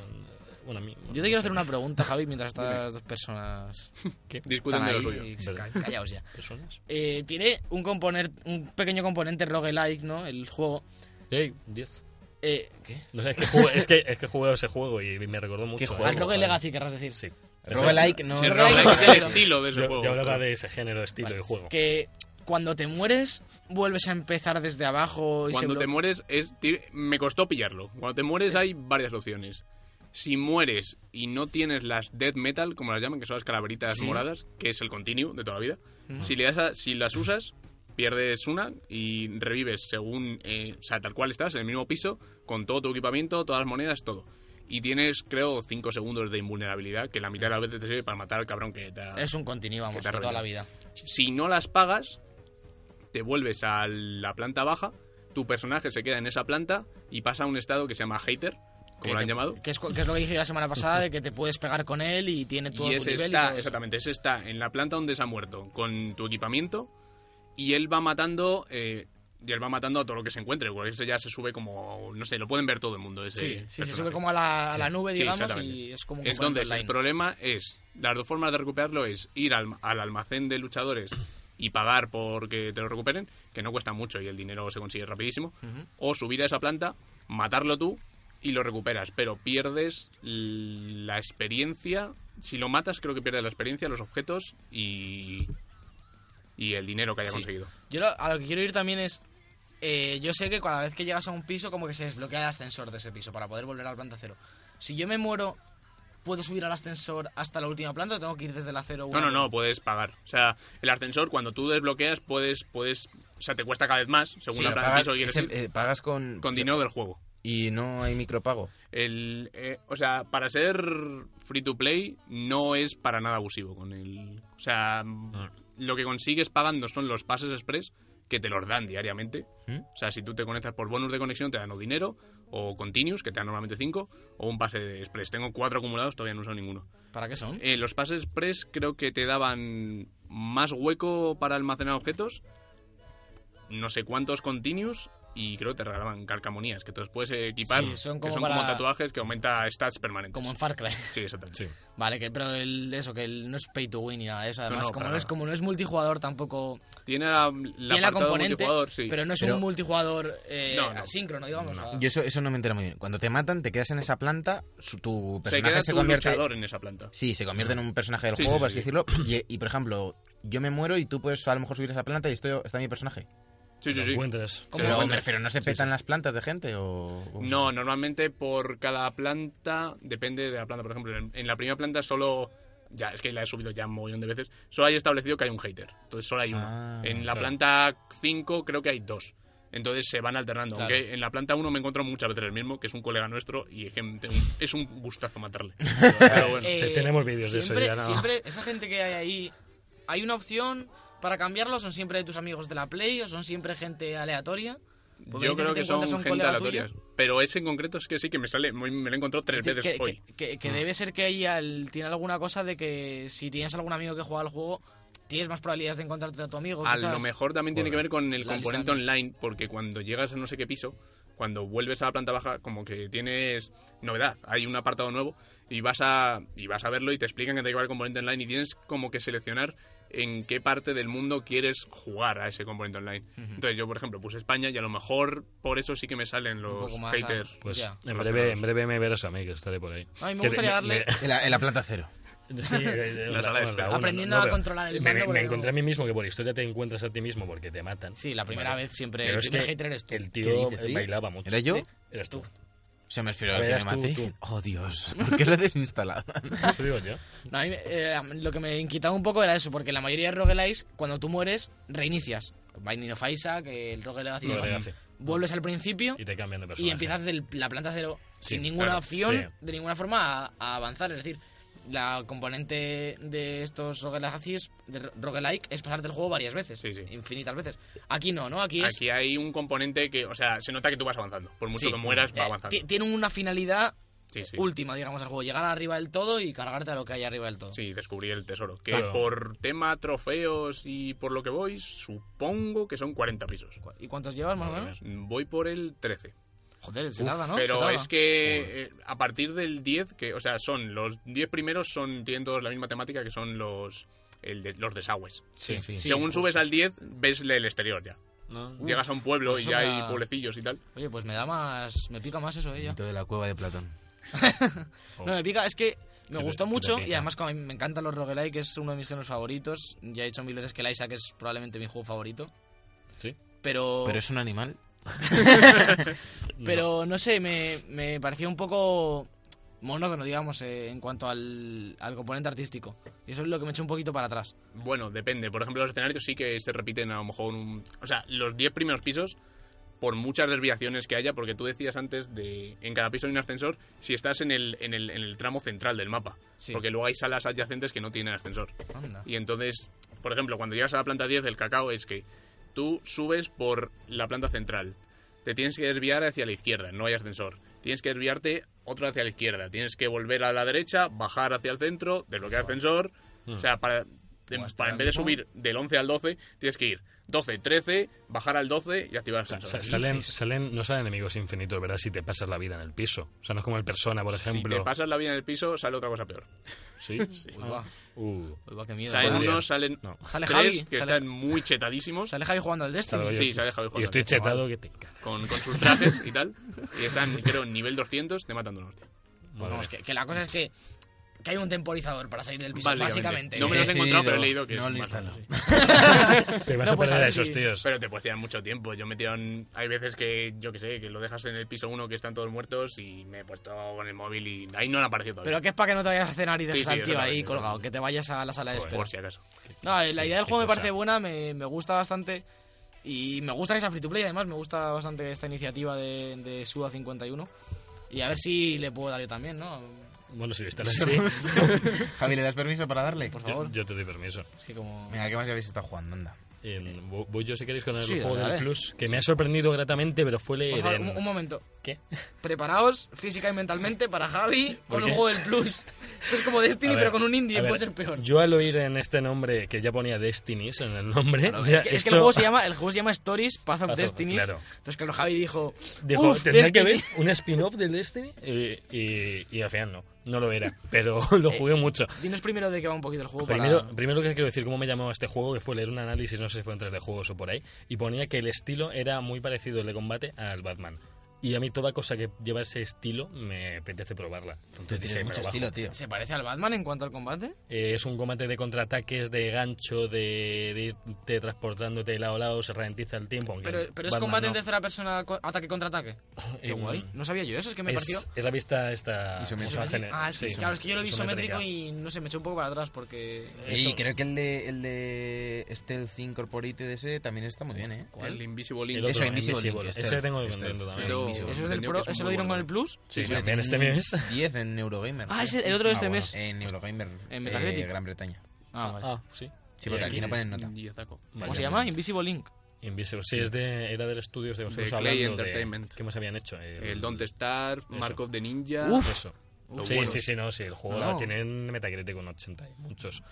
S2: Bueno, a mí.
S5: Yo te quiero hacer una pregunta, Javi, mientras estas dos personas
S2: ¿Qué?
S4: Discuten
S5: están
S4: de
S5: ahí.
S4: Pues lo suyo.
S5: y se
S2: Vale.
S5: ca- Callaos ya.
S2: ¿Personas?
S5: Eh, tiene un componer, un pequeño componente roguelike, ¿no? El juego.
S2: Hey, 10.
S5: Eh, ¿Qué?
S2: No sé, es que, jugué, es, que, es que jugué ese juego y me recordó mucho.
S3: juego?
S2: a
S5: Al
S2: eso.
S5: Ah, Rogue Legacy, querrás decir.
S2: Sí.
S3: Roguelike, no.
S4: Sí,
S5: Pero
S4: Roguelike
S5: hay-
S4: es el estilo de ese
S2: Yo,
S4: juego.
S2: yo hablaba de ese género, estilo
S5: Vale.
S2: de juego.
S5: Que cuando te mueres, vuelves a empezar desde abajo. Y
S4: Cuando
S5: se
S4: te
S5: blo-
S4: mueres, es, ti- me costó pillarlo. Cuando te mueres hay varias opciones. Si mueres y no tienes las death metal, como las llaman, que son las calaveritas
S5: Sí. Mm.
S4: moradas, que es el continuo de toda la vida, si, le das a- si las usas, pierdes una y revives según, eh, o sea, tal cual estás, en el mismo piso, con todo tu equipamiento, todas las monedas, todo. Y tienes, creo, 5 segundos de invulnerabilidad, que la mitad de las veces te sirve para matar al cabrón que te ha-
S5: Es un continuo, vamos,
S4: Que te
S5: de toda
S4: arruina.
S5: la vida.
S4: si no las pagas, te vuelves a la planta baja, tu personaje se queda en esa planta y pasa a un estado que se llama hater,
S5: Que
S4: como lo han
S5: te-
S4: llamado.
S5: Que es, cu- que es lo que dije la semana pasada, de que te puedes pegar con él y tiene todo
S4: Y
S5: tu
S4: ese
S5: nivel. y
S4: está,
S5: todo eso.
S4: exactamente, ese está en la planta donde se ha muerto, con tu equipamiento, y él va matando... eh, y él va matando a todo lo que se encuentre, porque ese ya se sube como... No sé, lo pueden ver todo el mundo. Ese
S5: Sí, sí, se
S4: personaje.
S5: sube como a la, a la
S4: Sí,
S5: nube,
S4: sí,
S5: digamos,
S4: exactamente.
S5: y es como un componente
S4: Entonces, el
S5: online.
S4: problema es, las dos formas de recuperarlo es ir al, al almacén de luchadores y pagar porque te lo recuperen, que no cuesta mucho y el dinero se consigue rapidísimo, o subir a esa planta, matarlo tú y lo recuperas, pero pierdes l- la experiencia, si lo matas creo que pierdes la experiencia, los objetos y, y el dinero que haya
S5: Sí.
S4: conseguido.
S5: Yo lo- a lo que quiero ir también es. eh, yo sé que cada vez que llegas a un piso, como que se desbloquea el ascensor de ese piso para poder volver a la planta cero. Si yo me muero, ¿puedo subir al ascensor hasta la última planta o tengo que ir desde la cero?
S4: No, no, no, puedes pagar. O sea, el ascensor cuando tú desbloqueas pudes, puedes, o sea, te cuesta cada vez más, según
S3: Sí,
S4: la planta de
S3: pagas-
S4: piso que quieres
S3: ese-
S4: ir,
S3: eh, pagas con...
S4: con dinero del juego.
S3: y no hay micropago.
S4: El, eh, o sea, para ser free to play no es para nada abusivo con el, o sea, mm, lo que consigues pagando son los pases express que te los dan diariamente.
S3: ¿Mm?
S4: O sea, si tú te conectas por bonus de conexión te dan o dinero o continuous que te dan normalmente 5 o un pase express. Tengo cuatro acumulados, todavía no he usado ninguno.
S5: ¿Para qué son?
S4: Eh, los pases express creo que te daban más hueco para almacenar objetos, no sé cuántos continuos y creo que te regalaban calcamonías que te los puedes equipar,
S5: Sí, son
S4: que
S5: como
S4: son como
S5: para-
S4: tatuajes que aumenta stats permanentes.
S5: Como en Far Cry.
S4: Sí, exactamente.
S2: Sí.
S5: Vale, que pero el- eso, que el- no es pay to win ni nada de eso. Además,
S4: no,
S5: como,
S4: para
S5: no es,
S4: nada.
S5: como no es multijugador tampoco.
S4: Tiene la,
S5: tiene la componente,
S4: multijugador, sí.
S5: pero no es
S3: Pero-
S5: un multijugador eh,
S4: No, no.
S5: asíncrono, digamos.
S4: Ah.
S5: o sea,
S3: Yo eso, eso no me entera muy bien. Cuando te matan, te quedas en esa planta, su- tu
S4: se
S3: personaje
S4: queda
S3: se
S4: tu
S3: convierte...
S4: luchador en esa planta.
S3: Sí, se convierte en un personaje del
S4: Sí,
S3: juego,
S4: sí,
S3: por así
S4: sí.
S3: decirlo. Y, y, por ejemplo, yo me muero y tú puedes a lo mejor subir a esa planta y estoy, está mi personaje.
S4: Sí, sí,
S2: Lo
S4: sí.
S2: encuentras.
S4: Sí,
S3: Pero
S4: lo
S3: me
S4: encuentras.
S3: refiero, ¿no se petan las plantas de gente o...? o-
S4: No, normalmente por cada planta, depende de la planta, por ejemplo, en, en la primera planta solo, ya es que la he subido ya un montón de veces, solo hay establecido que hay un hater, entonces solo hay uno.
S3: Ah,
S4: en la
S2: claro.
S4: planta 5 creo que hay dos, entonces se van alternando,
S5: Claro.
S4: aunque en la planta 1 me encuentro muchas veces el mismo, que es un colega nuestro y es que es un gustazo matarle. Pero bueno,
S5: Eh,
S2: Ah, Te- tenemos vídeos de eso,
S5: siempre-
S2: ya no.
S5: Siempre, esa gente que hay ahí, ¿hay una opción para cambiarlo? ¿Son siempre tus amigos de la Play o son siempre gente aleatoria? Porque
S4: yo
S5: dices
S4: creo
S5: te
S4: que son
S5: encuentras a un
S4: gente
S5: colega
S4: aleatoria,
S5: tuyo.
S4: pero ese en concreto es que sí que me sale, muy- me lo he encontrado tres
S5: Que,
S4: veces Mm.
S5: que-
S4: hoy.
S5: que- que debe ser que ahí al- tiene alguna cosa de que si tienes algún amigo que juega al juego, tienes más probabilidades de encontrarte a tu amigo.
S4: A
S5: quizás.
S4: lo mejor también tiene que ver con el
S5: la lista
S4: componente
S5: de-
S4: online, porque cuando llegas a no sé qué piso, cuando vuelves a la planta baja, como que tienes novedad, hay un apartado nuevo y vas a y vas a verlo y te explican que te lleva el componente online y tienes como que seleccionar en qué parte del mundo quieres jugar a ese componente online. Entonces yo, por ejemplo, puse España y a lo mejor por eso sí que me salen
S5: Un
S4: los
S5: poco más
S4: haters.
S5: a-
S2: Pues
S5: Ya.
S2: en breve, en breve me verás a mí, que estaré por ahí.
S5: Ay, me
S2: Que
S5: gustaría darle-
S3: En la, en la planta cero.
S2: Sí, eh,
S4: La sala de
S2: una-
S4: espera.
S2: una-
S5: Aprendiendo a
S2: pero
S5: controlar el
S2: me-
S5: mando,
S2: Me,
S5: porque
S2: encontré a
S5: no-
S2: mí mismo que por historia te encuentras a ti mismo porque te matan.
S5: Sí, la primera vez siempre.
S2: Pero
S5: el
S2: es
S5: primer
S2: que
S5: hater eres tú.
S2: El
S3: ¿Qué
S2: tío eh,
S3: dices, sí?
S2: bailaba mucho.
S3: ¿Era yo?
S2: Sí, Eres tú.
S3: Se me refiero
S2: A
S3: a que
S2: ver,
S3: me
S2: tú,
S3: maté.
S2: tú.
S3: Oh, Dios. ¿Por qué lo he desinstalado?
S2: Eso digo yo.
S5: No, a mí, eh, lo que me inquietaba un poco era eso, porque la mayoría de roguelikes, cuando tú mueres, reinicias. Binding of Isaac, el Rogue Legacy, y
S2: Rogue
S5: demás.
S2: Legacy.
S5: vuelves al principio
S2: Y te cambian de personaje.
S5: y empiezas de la planta cero
S2: Sí,
S5: sin ninguna
S2: claro,
S5: opción,
S2: sí.
S5: de ninguna forma, a, a avanzar. Es decir, la componente de estos roguelikes, de ro- roguelike, es pasarte el juego varias veces,
S4: Sí, sí.
S5: infinitas veces. Aquí no, ¿no? Aquí es...
S4: Aquí hay un componente que, o sea, se nota que tú vas avanzando. Por mucho
S5: sí.
S4: que mueras,
S5: Eh,
S4: va avanzando.
S5: ti- Tiene una finalidad
S4: Sí, sí.
S5: última, digamos, al juego. Llegar arriba del todo y cargarte a lo que hay arriba del todo.
S4: Sí, descubrí el tesoro. Que
S2: Claro.
S4: por tema trofeos y por lo que voy, supongo que son 40 pisos.
S5: Cu- ¿Y cuántos llevas, más o menos?
S4: Voy por el 13.
S5: Joder, se
S3: Uf,
S5: tarda, ¿no? Ah, Se
S4: Pero
S5: tarda.
S4: es que eh, a partir del 10, que, o sea, son los 10 primeros, son, tienen todos la misma temática que son los, el de- los desagües.
S5: Sí,
S3: Sí,
S5: sí.
S4: Según
S5: justo.
S4: subes al 10, ves el exterior ya.
S2: No.
S4: Llegas a un pueblo y
S5: pues eso
S4: ya
S5: me
S4: hay
S5: la-
S4: pueblecillos y tal.
S5: Oye, pues me da más... Me pica más eso, eh, ya.
S3: Todo de la cueva de Platón.
S5: No, me pica, es que me
S2: Te-
S5: gustó
S2: te
S5: mucho
S2: pica.
S5: y además como a mí me encantan los roguelike, es uno de mis géneros favoritos. Ya he dicho mil veces que el Isaac es probablemente mi juego favorito,
S2: Sí.
S4: Oh.
S5: pero
S3: ¿Pero es un animal?
S5: pero no, sé, me, me pareció un poco monótono, digamos, eh, en cuanto al, al componente artístico. Y eso es lo que me echó un poquito para atrás.
S4: Bueno, depende. Por ejemplo, los escenarios sí que se repiten a lo mejor un... O sea, los 10 primeros pisos, por muchas desviaciones que haya, porque tú decías antes de... En cada piso hay un ascensor, si estás en el, en el, en el tramo central del mapa.
S5: Sí.
S4: Porque luego hay salas adyacentes que no tienen ascensor.
S5: Anda.
S4: Y entonces, por ejemplo, cuando llegas a la planta 10 del cacao es que tú subes por la planta central, te tienes que desviar hacia la izquierda, no hay ascensor. Tienes que desviarte otra hacia la izquierda, tienes que volver a la derecha, bajar hacia el centro, desbloquear ascensor. O sea, para, en-
S5: hasta
S4: para
S5: ahora
S4: en vez de
S5: mismo.
S4: subir del 11 al 12, tienes que ir 12, 13, bajar al 12 y activar el
S2: O sea,
S4: ascensor.
S2: sa- salen, salen, no salen enemigos infinitos, ¿verdad? Si te pasas la vida en el piso. O sea, no es como el persona, por
S4: Si
S2: ejemplo.
S4: te pasas la vida en el piso, sale otra cosa peor.
S2: Sí.
S5: Uy, va,
S2: Uh,
S4: Oh,
S5: uy, va, qué miedo.
S4: Salen
S2: Podría.
S4: unos, salen
S2: no.
S5: Sale
S4: tres
S5: Javi,
S4: que
S5: sale-
S4: están muy chetadísimos.
S5: Sale Javi jugando al Destiny.
S2: Salgo yo.
S4: Sí, sale Javi
S2: Y
S4: jugando.
S2: estoy chetado que te cagas.
S4: con, con sus trajes y tal. Y están, creo, en nivel 200, te matan de norte.
S5: Pues vamos,
S2: Madre.
S5: que, que la cosa es que, que hay un temporizador para salir del piso,
S4: Básicamente.
S5: Pues básicamente.
S4: No me los he
S3: Decidido.
S4: encontrado, pero he leído que.
S3: No
S4: es
S3: lo
S4: más
S3: instalo.
S4: o menos así.
S2: Te vas
S5: No,
S2: a
S5: pues
S2: perder
S5: a
S2: a
S5: ver
S2: esos
S5: si-
S2: tíos.
S4: Pero te puedes tirar mucho tiempo. Yo me tiraron. Hay veces que, yo que sé, que lo dejas en el piso 1 que están todos muertos y me he puesto con el móvil y ahí no han aparecido todavía.
S5: Pero que es para que no te vayas a cenar y dejes
S4: sí,
S5: al tío ahí
S4: exactamente.
S5: colgado, que te vayas a la sala de espera.
S4: Pues, Por si acaso.
S5: No, la idea del
S2: qué
S5: juego me
S2: cosa.
S5: parece buena, me, me gusta bastante. Y me gusta que sea free to play, además, me gusta bastante esta iniciativa de, de Suda51. Y a ver si le puedo dar yo también, ¿no?
S2: Bueno, si lo instalas, sí.
S3: Javi, ¿le das permiso para darle?
S5: Por
S2: Yo,
S5: favor.
S2: yo te doy permiso.
S5: Sí, como...
S3: Venga, ¿qué más habéis estado jugando? Anda.
S5: Eh.
S2: En- vo- voy yo si queréis con el
S3: Sí,
S2: juego
S3: dale,
S2: del
S3: dale.
S2: Plus, que me ha sorprendido gratamente, pero fue
S5: Por
S2: leer
S5: favor,
S2: en-
S5: un, un momento.
S2: ¿Qué?
S5: Preparaos física y mentalmente para Javi
S2: ¿Por
S5: con
S2: qué?
S5: un juego del Plus. Esto es como
S2: A
S5: Destiny,
S2: ver,
S5: pero con un indie,
S2: a
S5: puede
S2: ver,
S5: ser peor.
S2: Yo al oír en este nombre que ya ponía Destinies en el nombre,
S5: Claro,
S2: ya
S5: es, que, es que
S2: esto-
S5: el juego se llama, el juego se llama Stories Path of
S2: Path of-
S5: Destiny.
S2: claro.
S5: Entonces, claro, Javi dijo,
S2: Dijo,
S5: "Uf,
S2: tendrá que
S5: Destiny".
S2: ver un spin-off del Destiny Eh, y, y al final no, no lo era, pero lo
S5: Eh,
S2: jugué mucho.
S5: Dinos primero de qué va un poquito el juego
S2: Primero,
S5: para...
S2: primero que quiero decir cómo me llamaba este juego, que fue leer un análisis, no sé si fue en 3D Juegos o por ahí, y ponía que el estilo era muy parecido el de combate al Batman. Y a mí toda cosa que lleva ese estilo me apetece probarla. Entonces
S3: Tiene
S2: dije, me
S3: mucho
S2: lo bajo.
S3: estilo, tío.
S5: ¿Se parece al Batman en cuanto al combate?
S2: Eh, es un combate de contraataques, de gancho, de, de irte transportándote de lado a lado, se ralentiza el tiempo. aunque
S5: Pero,
S2: el
S5: pero es
S2: Batman
S5: combate
S2: no.
S5: en tercera persona, co- ataque contra ataque. Qué
S2: Em,
S5: guay. No sabía yo eso, es que me pareció...
S2: es, es la vista esta...
S3: Isométrica.
S2: isométrica.
S5: Ah, sí,
S2: Sí,
S5: claro, es que yo lo vi
S2: isométrica.
S5: isométrico y no sé, me echó un poco para atrás porque...
S2: Eso.
S3: Y creo que el de, el de Stealth Incorporated ese también está muy bien, ¿eh?
S5: ¿Cuál?
S4: El Invisible
S2: El
S4: Link.
S2: otro,
S3: Eso, Invisible este Link,
S2: Ese
S3: Stealth,
S2: tengo que
S3: Stealth.
S2: contento también.
S4: Pero-
S5: ¿Eso, es del
S4: Entendido
S5: Pro,
S4: que es
S5: ¿Eso
S4: muy
S5: lo dieron
S4: bueno.
S5: con el Plus?
S2: Sí,
S3: Pero
S2: también este
S3: tiene un
S2: mes.
S3: 10 en Eurogamer.
S5: Ah,
S3: creo.
S5: es el, el otro de
S2: Ah,
S5: este
S2: bueno.
S5: mes.
S3: En Eurogamer.
S5: En
S3: eh,
S5: Metacritic.
S3: Gran Bretaña.
S5: Ah, vale.
S2: Ah, sí.
S3: Sí, porque
S2: Eh,
S3: aquí no ponen nota.
S4: Yazaco.
S2: Vale.
S5: ¿Cómo se llama? Invisible Link.
S2: Invisible. Sí, es de, era del estudio de vosotros
S4: De
S2: hablando
S4: Clay
S2: de-
S4: Entertainment.
S2: ¿Qué más habían hecho? El,
S4: El Don't Star, Mark of the Ninja.
S5: Uf.
S2: Eso.
S4: Uf.
S2: sí,
S4: Bueno.
S2: sí, sí, no, sí, el juego
S5: No, no.
S2: tiene un Metacritic con 80 y muchos.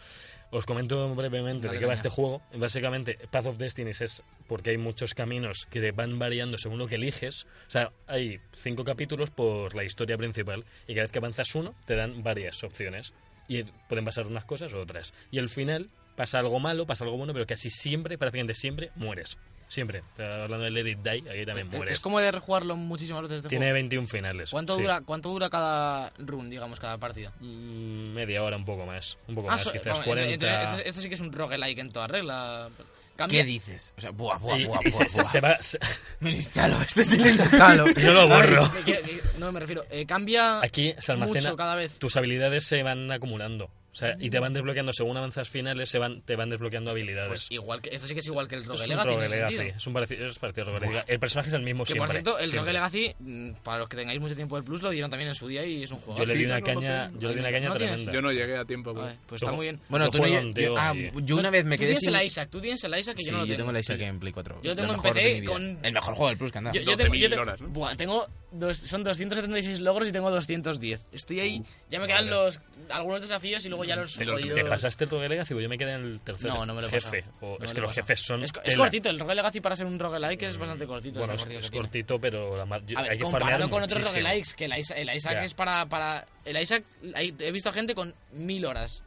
S2: Os comento brevemente
S3: Dale,
S2: de qué va
S3: caña.
S2: este juego. Básicamente, Path of Destinies es porque hay muchos caminos que van variando según lo que eliges. O sea, hay cinco capítulos por la historia principal y cada vez que avanzas uno te dan varias opciones y pueden pasar unas cosas u otras. Y al final pasa algo malo, pasa algo bueno, pero casi siempre, prácticamente siempre, mueres. Siempre. O sea, hablando de Let It Die, aquí también mueres.
S5: Es como de rejugarlo muchísimas veces. Este
S2: Tiene
S5: juego.
S2: 21 finales.
S5: ¿Cuánto,
S2: sí.
S5: dura, ¿Cuánto dura cada run, digamos, cada partida?
S2: Mm, Media hora, un poco más. Un poco
S5: Ah,
S2: más,
S5: so-
S2: quizás
S5: vamos,
S2: 40.
S5: entonces, esto, esto este sí que es un roguelike en toda regla.
S3: ¿Qué
S5: Cambia.
S3: dices? O sea, buah, buah,
S2: Y-
S3: buah,
S2: y se-
S3: buah,
S2: se-
S3: buah.
S2: se va- se-
S3: Me lo instalo, este sí lo instalo.
S2: Yo lo borro.
S5: Me quiero- que- no me refiero. eh, cambia
S2: Aquí se almacena.
S5: mucho cada vez. Mm.
S2: Tus habilidades se van acumulando. O sea, y te van desbloqueando, según avanzas finales, se van, te van desbloqueando habilidades.
S5: Pues igual que, esto sí que es igual que el Rogue
S2: es un
S5: Legacy.
S2: Rogue
S5: tiene
S2: Legacy,
S5: sentido.
S2: es un parecido, es parecido a Rogue Legacy. El personaje es el mismo
S5: Que
S2: siempre.
S5: por cierto, el
S2: siempre.
S5: Rogue Legacy, mm, para los que tengáis mucho tiempo del Plus, lo dieron también en su día y es un juego.
S2: Yo le di una
S4: no lo
S2: caña,
S4: tengo.
S2: yo le di una caña
S5: ¿No tienes?
S2: tremenda.
S4: Yo no llegué a tiempo. güey.
S5: pues está muy bien.
S3: Bueno,
S2: Yo
S3: tú no,
S2: juego
S3: yo-
S2: en Teo
S3: yo- ah,
S2: y-
S3: yo una vez me
S5: Tú
S3: quedé
S5: tienes
S3: sin...
S5: el Isaac, tú tienes el Isaac que yo no lo
S3: Sí, yo tengo
S5: tengo.
S3: la Isaac en Play 4.
S5: Yo
S3: Lo
S5: tengo en
S3: mejor de
S5: PC
S3: mi vida.
S5: con-
S3: El mejor juego del Plus que anda.
S5: Yo, yo
S4: 12.000
S5: tengo, yo te-
S4: horas, ¿no?
S5: Buah, tengo dos- son 276 logros y tengo 210. Estoy ahí,
S2: Uh,
S5: ya me quedan los algunos desafíos y luego ya los
S2: Te Mm, lo-
S5: jodidos.
S2: te pasaste el Rogue Legacy, pues yo me quedé en el tercero.
S5: No, no me lo he
S2: jefe.
S5: pasado.
S2: O,
S5: No me
S2: es
S5: lo
S2: que
S5: he
S2: los
S5: pasado.
S2: jefes son.
S5: Es, co- es
S2: tela.
S5: cortito, el Rogue Legacy para ser un roguelike es bastante cortito. el
S2: Bueno, es,
S5: recorrido
S2: es
S5: que tiene.
S2: cortito, pero la, ma- yo-
S5: A ver,
S2: hay que
S5: comparado
S2: farmear
S5: con otros
S2: muchísimo.
S5: roguelikes, que el Isaac, el Isaac
S2: Ya.
S5: es para, para... El Isaac, hay- he visto gente con mil horas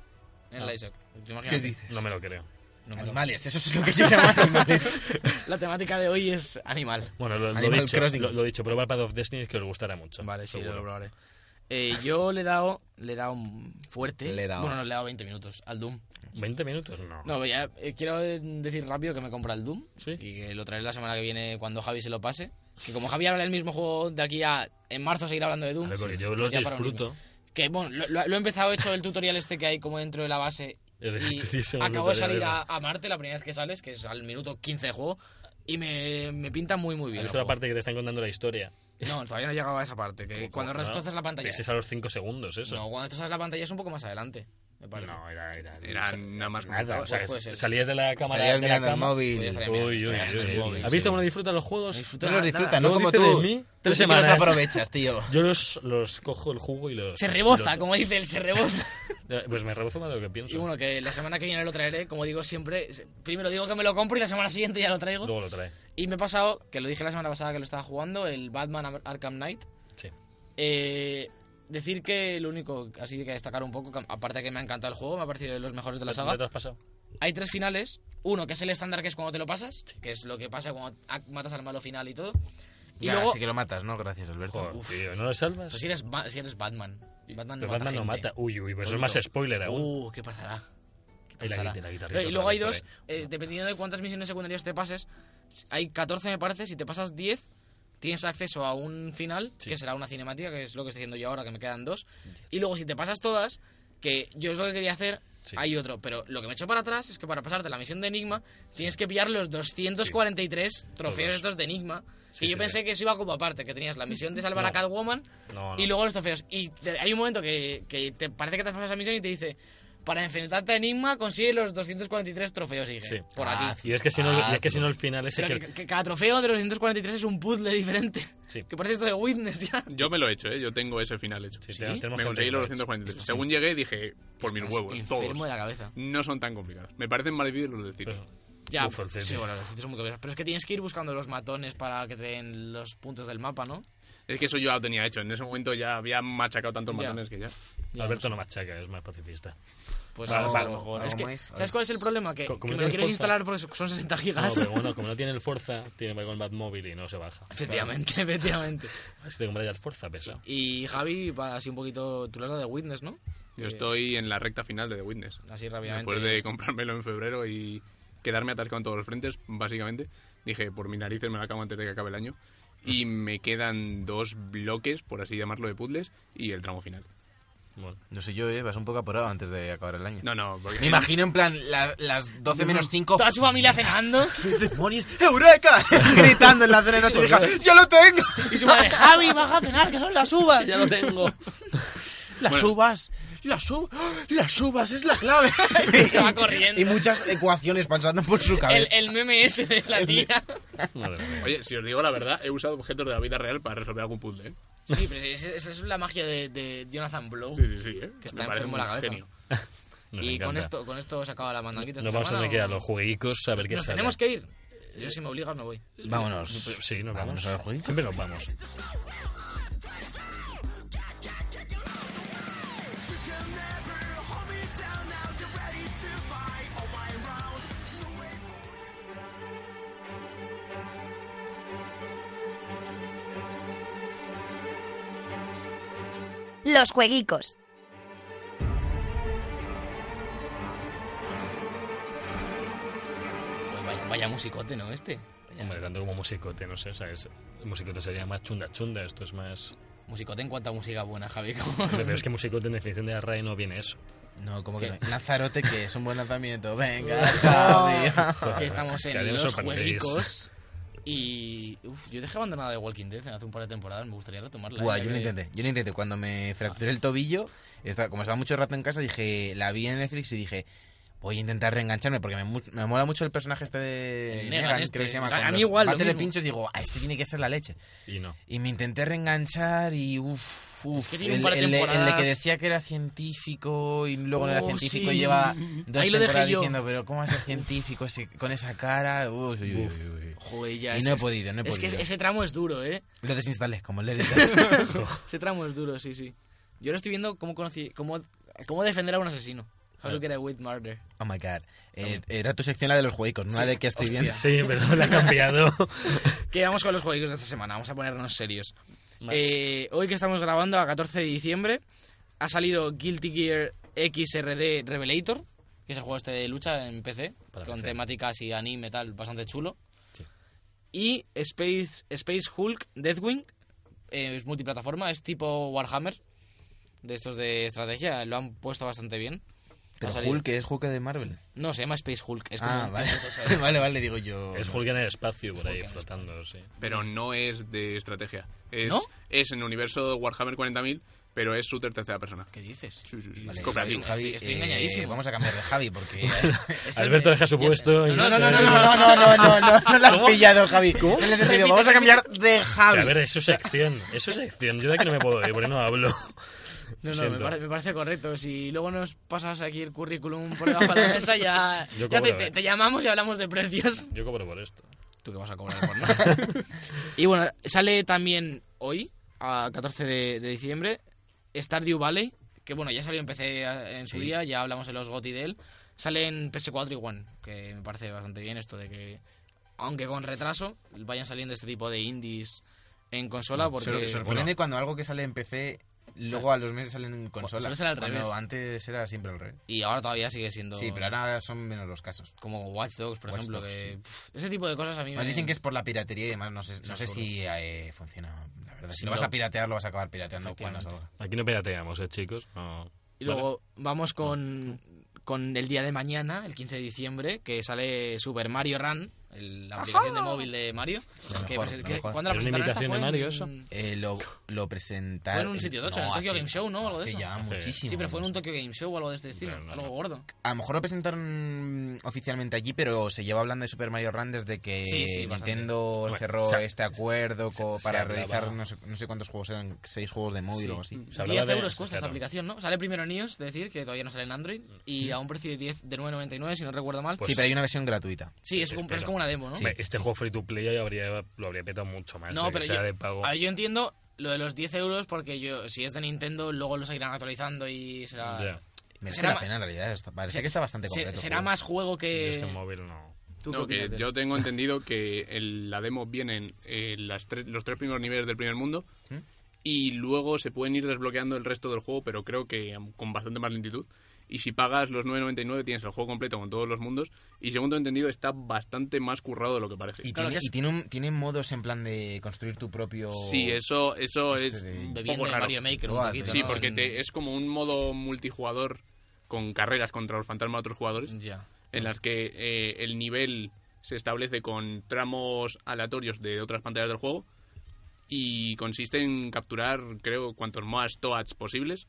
S5: en el
S2: Ah.
S5: Isaac. Imagínate.
S2: No me lo creo.
S5: No, no.
S3: Animales, eso es lo que yo llamo animales.
S5: La temática de hoy es animal.
S2: Bueno, lo, lo
S3: Animal
S2: dicho,
S3: Crossing.
S2: lo, lo dicho, probar Path of Destiny que os gustará mucho. seguro.
S5: probaré. Eh, yo le he dado, le he dado un fuerte.
S3: Le he dado.
S5: Bueno, no, le he dado 20 minutos al Doom.
S2: 20 minutos, no.
S5: No, ya, eh, quiero eh, decir rápido que me compra el Doom
S2: Sí.
S5: y que lo traeré la semana que viene cuando Javi se lo pase. Que como Javi habla del mismo juego de aquí a... En marzo seguirá hablando de
S2: A
S5: Doom.
S2: ver, porque
S5: Sí.
S2: yo los
S5: Ya para unirme.
S2: disfruto.
S5: Que bueno, lo, lo- lo he empezado, he hecho el tutorial este que hay como dentro de la base.
S2: Es
S5: Y
S2: divertidísimo el
S5: acabo de
S2: tutorial
S5: salir
S2: ese.
S5: a, a Marte la primera vez que sales, que es al minuto 15 de juego, y me, me pinta muy, muy bien.
S2: Es
S5: el
S2: la
S5: juego.
S2: parte que te están contando la historia.
S5: No, todavía no he llegado a esa parte. Que cuando
S2: No,
S5: restozas la pantalla.
S2: Ese es a los 5 segundos, eso.
S5: No, cuando restozas la pantalla es un poco más adelante, me parece.
S2: No, era, era,
S4: Era nada más
S2: pues, nada. O sea,
S5: Pues puede ser.
S2: salías de la cámara
S3: Estarías
S2: de la
S3: mirando el
S2: cama.
S5: Podría
S3: móvil.
S5: estar
S2: Uy,
S5: mirando.
S2: uy, uy,
S5: Estarías en el
S2: uy.
S5: móvil,
S2: ¿Has visto
S3: sí.
S2: cómo disfrutan los juegos?
S5: Disfruta-
S3: No los
S5: nada.
S3: disfrutas, no como
S2: dice
S3: tú.
S2: de mí,
S3: Tú
S2: tres
S3: sí que los
S2: semanas.
S3: aprovechas, tío.
S2: Yo los, los cojo el jugo y los...
S5: Se reboza,
S2: los-
S5: como dice él, se reboza.
S2: Eh, Pues me rebozo más de lo que
S5: y
S2: pienso.
S5: bueno, que la semana que viene lo traeré, como digo siempre. se- Primero digo que me lo compro y la semana siguiente ya lo traigo.
S2: Luego lo trae.
S5: Y me he pasado, que lo dije la semana pasada que lo estaba jugando, el Batman Ar- Arkham Knight.
S2: Sí.
S5: Eh, decir que lo único, así que destacar un poco, que aparte de que me ha encantado el juego, me ha parecido de los mejores de la
S2: ¿Ya te
S5: saga.
S2: has pasado?
S5: Hay tres finales. Uno que es el estándar, que es cuando te lo pasas, que es lo que pasa cuando a- matas al malo final y todo. Y
S3: Ya,
S5: luego,
S3: Así que lo matas, ¿no? Gracias, Alberto.
S2: Joder,
S5: Uf.
S2: tío, ¿no lo salvas?
S5: pues si eres, Ba- si eres Batman. Batman,
S2: Pero
S5: mata
S2: Batman no
S5: gente.
S2: mata. Uy, uy, pues eso es
S5: Bonito.
S2: más spoiler aún.
S5: Uh, ¿qué pasará?
S2: Y la
S5: Pasará.
S2: guita- la guitarrita
S5: Eh, y luego hay
S2: otra
S5: dos,
S2: vez por
S5: eh, dependiendo de cuántas misiones secundarias te pases, hay 14 me parece, si te pasas 10 tienes acceso a un final,
S2: Sí.
S5: que será una cinemática, que es lo que estoy haciendo yo ahora, que me quedan dos. Y luego si te pasas todas, que yo es lo que quería hacer,
S2: Sí.
S5: hay otro. Pero lo que me echo para atrás es que para pasarte la misión de Enigma tienes que pillar los 243 trofeos
S2: Todos.
S5: estos de Enigma.
S2: Sí,
S5: y yo
S2: sí,
S5: pensé
S2: sí.
S5: que eso iba como aparte, que tenías la misión de salvar a
S2: No.
S5: Catwoman
S2: No, no.
S5: y luego los trofeos. Y te- hay un momento que, que te parece que te has pasado esa misión y te dice, para enfrentarte a Enigma consigue los 243 trofeos. Y dije,
S2: Sí.
S5: por aquí.
S2: Y es que si no,
S5: Ah,
S2: y es que si no
S3: Hazlo.
S2: el final ese
S5: Pero
S2: que...
S5: que, que cada trofeo de los 243 es un puzzle diferente.
S2: Sí.
S5: Que parece esto de Witness ya.
S4: Yo me lo he hecho, ¿eh? Yo tengo ese final hecho.
S2: Sí,
S5: ¿Sí?
S2: te- tenemos
S4: Me
S2: que
S4: conseguí los
S2: volver.
S4: 243. Según llegué dije, por mis
S5: Estás
S4: huevos,
S5: enfermo
S4: todos.
S5: de la cabeza.
S4: No son tan complicados. Me parecen más difíciles los del City.
S2: Pero-
S5: Ya,
S2: Uf, el CD.
S5: sí, bueno, los sitios son muy curiosos. Pero es que tienes que ir buscando los matones para que te den los puntos del mapa, ¿no?
S4: Es que eso yo ya lo tenía hecho. En ese momento ya había machacado tantos
S5: Ya.
S4: matones que ya.
S5: Ya,
S2: Alberto no machaca, es más pacifista.
S5: Pues
S2: Vale,
S5: no,
S2: vale.
S5: a lo mejor.
S3: Algo
S5: Es que,
S3: más,
S5: ¿Sabes cuál es el problema? Que,
S2: Co- como
S5: que me
S2: tiene
S5: lo quieres
S2: Forza.
S5: instalar porque son 60
S2: No,
S5: gigas.
S2: pero bueno, como no tiene el Forza, tiene que con el Batmóvil y no se baja.
S5: efectivamente, efectivamente.
S2: Si te compras ya el Forza, pesa.
S5: Y Javi, para así un poquito, tú lo has dado de Witness, ¿no?
S4: Yo
S5: Eh,
S4: estoy en la recta final de The Witness.
S5: Así rápidamente.
S4: Después de comprármelo en febrero y quedarme atascado en todos los frentes, básicamente, dije, por mis narices me lo acabo antes de que acabe el año.
S5: Mm.
S4: Y me quedan dos bloques, por así llamarlo, de puzzles y el tramo final.
S2: Bueno.
S3: No sé yo, eh, vas un poco apurado antes de acabar el año.
S4: No, no, porque...
S3: Me imagino en plan la- las 12 menos 5.
S5: Toda su familia cenando
S3: ¡Demonios! ¡Eureka! Gritando en la cena de noche. mi hija, ¡Yo lo tengo!
S5: y su madre, Javi, baja a cenar, que son las uvas. Ya lo tengo.
S3: Las
S4: Bueno.
S3: uvas. Las uvas. Las uvas es la clave.
S5: Se va corriendo.
S3: Y muchas ecuaciones pasando por su
S5: El,
S3: cabeza.
S5: el meme ese de la tía.
S2: Madre mía.
S4: Oye, si os digo la verdad, he usado objetos de la vida real para resolver algún puzzle. ¿eh?
S5: Sí, pero esa esa es la magia de, de Jonathan Blow.
S4: Sí, sí, sí. ¿eh?
S5: Que está
S4: Me parece
S5: enfermo la
S4: un
S5: cabeza.
S4: genio.
S2: Nos
S5: y con
S2: encanta.
S5: esto, con esto se acaba la mandanguita.
S2: Nos vamos a tener que ir a los jueguicos a ver qué
S5: Nos
S2: sale.
S5: tenemos que ir. Yo si me obligas me voy.
S3: Vámonos.
S2: Sí, nos vamos.
S3: Vámonos a los jueguitos.
S2: Siempre nos vamos.
S1: Los jueguicos.
S5: Pues vaya, vaya musicote, ¿no? Este. Vaya
S2: Hombre, tanto como musicote, no sé, ¿sabes? Musicote sería más chunda chunda, esto es más...
S5: Musicote en cuanto a música buena, Javi. como-
S2: Pero es que musicote en definición de la RAE no viene eso.
S3: No, como que
S5: ¿Qué?
S3: no. Lanzarote, que es un buen lanzamiento. Venga, Javi.
S5: que estamos
S2: Que
S5: en
S2: alguien
S5: los
S2: sorprendéis.
S5: juegos. Y. Uf, yo dejé abandonada de Walking Dead hace un par de temporadas. Me gustaría retomarla.
S3: Buah,
S5: ya
S3: yo lo
S5: que-
S3: intenté, yo lo intenté. Cuando me fracturé el tobillo, estaba- como estaba mucho rato en casa, dije, la vi en Netflix y dije, voy a intentar reengancharme porque me, mu- me mola mucho el personaje este de
S5: El Negan
S3: Negan,
S5: este.
S3: creo que se llama.
S5: A-
S3: con
S5: a mí
S3: los
S5: igual, lo
S3: bates de
S5: mismo.
S3: pinchos digo, "Ah, este tiene que ser la leche.
S2: Y no.
S3: Y me intenté reenganchar y uff, uff.
S5: que tiene un par de
S3: el, de- el de
S5: temporadas.
S3: que decía que era científico y luego no era
S5: Oh,
S3: científico
S5: sí.
S3: y lleva dos
S5: Ahí lo dejé
S3: temporadas
S5: yo.
S3: diciendo, pero ¿cómo va a ser científico ese- con esa cara? Uy, uy, uy, uy, uy.
S5: Joder, ya.
S3: Y
S5: es-
S3: no he
S5: es-
S3: podido, no he
S5: Es que
S3: podido.
S5: ese tramo es duro, ¿eh?
S3: Lo desinstalé, como el Eric.
S5: Ese tramo es duro, sí, sí. Yo ahora estoy viendo cómo conocí. cómo, cómo defender a un asesino. How to get away with murder.
S3: Oh my god. Eh, era tu sección la de los juegos, no la de que estoy
S5: Hostia.
S3: viendo.
S2: Sí, pero la ha cambiado.
S5: Quedamos con los juegos de esta semana, vamos a ponernos serios.
S2: Más.
S5: Eh, hoy que estamos grabando, a 14 de diciembre, ha salido Guilty Gear XRD Revelator, que es el juego este de lucha en PC,
S2: Para
S5: con
S2: PC.
S5: temáticas y anime tal, bastante chulo.
S2: Sí.
S5: Y Space, Space Hulk Deathwing, eh, es multiplataforma, es tipo Warhammer, de estos de estrategia, lo han puesto bastante bien. Ha
S3: Pero
S5: salido-
S3: Hulk, que es Hulk de Marvel.
S5: No, se llama Space Hulk. Es como
S3: ah,
S5: un
S3: vale.
S5: tipo, ¿sabes?
S3: vale, vale, digo yo.
S2: Es Hulk en el espacio por
S5: Hulk
S2: ahí
S5: en el
S2: flotando, sí.
S4: Pero no es de estrategia. Es,
S5: ¿No?
S4: es en el universo de Warhammer 40.000, pero es shooter tercera persona.
S5: ¿Qué dices?
S4: Sí, sí, sí.
S3: Vale,
S4: Cooperativo.
S5: Javi- Estoy- estoy engañadísimo.
S3: eh, Vamos a cambiar de Javi porque.
S5: Este-
S2: Alberto deja su
S5: ya-
S2: puesto y
S5: No, no,
S2: se-
S5: no, no,
S3: no, no, no, no, no, no, no la has pillado, Javi. No le he entendido. Vamos a cambiar de
S2: Que, a ver,
S3: Javi.
S2: eso es sección, eso es sección. Yo de aquí no me puedo ir porque no hablo.
S5: No, no, me,
S2: Siento.
S5: pare- me parece correcto. Si luego nos pasas aquí el currículum por debajo de la mesa, ya,
S2: Yo
S5: ya te,
S2: cobro,
S5: te-
S2: eh.
S5: te llamamos y hablamos de precios.
S2: Yo cobro por esto.
S5: Tú que vas a cobrar por nada. y bueno, sale también hoy, a 14 de, de diciembre, Stardew Valley, que bueno, ya salió en PC a- en su día, ya hablamos en los GOTY de él. Sale en PS4 y One, que me parece bastante bien esto de que, aunque con retraso, vayan saliendo este tipo de indies en
S3: Mm,
S5: consola, porque...
S3: Sorprende cuando algo que sale en PC, luego a los meses salen en consola.
S5: suele ser al
S3: Cuando
S5: revés.
S3: Antes era siempre al revés.
S5: Y ahora todavía sigue siendo...
S3: Sí, pero ahora son menos los casos.
S5: como Watch Dogs, por
S3: Watch
S5: ejemplo,
S3: Dogs,
S5: que
S3: sí.
S5: pf, ese tipo de cosas a mí
S3: Más
S5: me
S3: dicen que es por la piratería y demás. No sé, no sé
S5: Seguro.
S3: si eh, funciona. La verdad, si
S5: No.
S3: lo vas a piratear, lo vas a acabar pirateando cuando
S5: Efectivamente.
S3: salga.
S2: Aquí no pirateamos, ¿eh, chicos? No.
S5: Y luego vamos con con el día de mañana, el 15 de diciembre, que sale Super Mario Run, el- la aplicación de móvil de Mario.
S3: Lo
S5: que
S3: mejor,
S5: presen-
S3: lo
S5: que-
S3: mejor.
S5: ¿Cuándo la
S2: ¿Es una
S5: presentaron? Esta
S2: imitación
S5: fue
S2: de Mario,
S5: en-
S2: eso?
S3: Eh, lo, lo presentaron.
S5: Fue en un sitio de ocho, en el Tokyo
S3: hace-
S5: Game Show, ¿no? Algo de
S3: hace
S5: eso.
S3: ya
S2: Hace-
S3: muchísimo.
S5: Sí, pero fue en un
S3: no sé.
S5: Tokyo Game Show o algo de este estilo,
S2: Claro, no
S5: algo
S2: sé.
S5: gordo.
S3: A lo mejor lo presentaron oficialmente allí, pero se lleva hablando de Super Mario Run desde que
S5: Sí, sí, bastante.
S3: Nintendo
S2: Bueno,
S3: cerró
S2: o sea,
S3: este acuerdo co-
S2: se
S3: para
S2: hablaba-
S3: realizar no sé, no sé cuántos juegos eran, seis juegos de móvil
S5: Sí.
S3: o algo así.
S2: Se hablaba
S5: 10
S2: de-
S5: euros cuesta esta
S2: claro.
S5: aplicación, ¿no? Sale primero en iOS, decir, que todavía no sale en Android, y a un precio de 10 de 9.99, si no recuerdo mal.
S2: Pues-
S3: sí, pero hay una versión gratuita.
S5: sí, es, como- pero es
S2: espera.
S5: como una demo, ¿no?
S2: Hombre, Este juego free to play habría, lo habría petado mucho más.
S5: No,
S2: eh, que
S5: pero
S2: sea
S5: yo,
S2: de pago.
S5: a ver, yo entiendo lo de los 10 euros porque yo si es de Nintendo luego lo seguirán actualizando y será
S2: Ya.
S3: Merece
S5: Será
S3: la
S5: ma-
S3: pena en realidad. está- parece
S5: se-
S3: que está bastante
S5: se-
S3: completo. el
S5: será
S3: juego.
S5: más juego
S2: Yo
S5: que,
S2: es que en móvil no.
S5: ¿Tú qué
S4: No, que
S5: opinas de-
S4: yo tengo entendido que en la demo vienen eh, las tres- los tres primeros niveles del primer mundo
S5: ¿Mm?
S4: y luego se pueden ir desbloqueando el resto del juego, pero creo que am- con bastante más lentitud. Y si pagas los 9.99 tienes el juego completo con todos los mundos y según tengo entendido está bastante más currado de lo que parece.
S3: Y,
S5: Claro,
S3: tiene,
S5: que es-
S3: y tiene, un- tiene modos en plan de construir tu propio.
S4: Sí, eso, eso
S3: Este
S4: es
S3: de-
S4: un
S5: bebiendo
S4: poco
S5: de
S4: raro.
S5: Mario Maker un
S3: Joder,
S5: poquito,
S4: Sí,
S5: ¿no?
S4: porque
S5: En-
S3: Mm.
S4: te- es como un modo multijugador con carreras contra los fantasmas de otros jugadores.
S5: Ya.
S3: Mm.
S4: en las que eh, el nivel se establece con tramos aleatorios de otras pantallas del juego y consiste en capturar, creo, cuantos más toads posibles.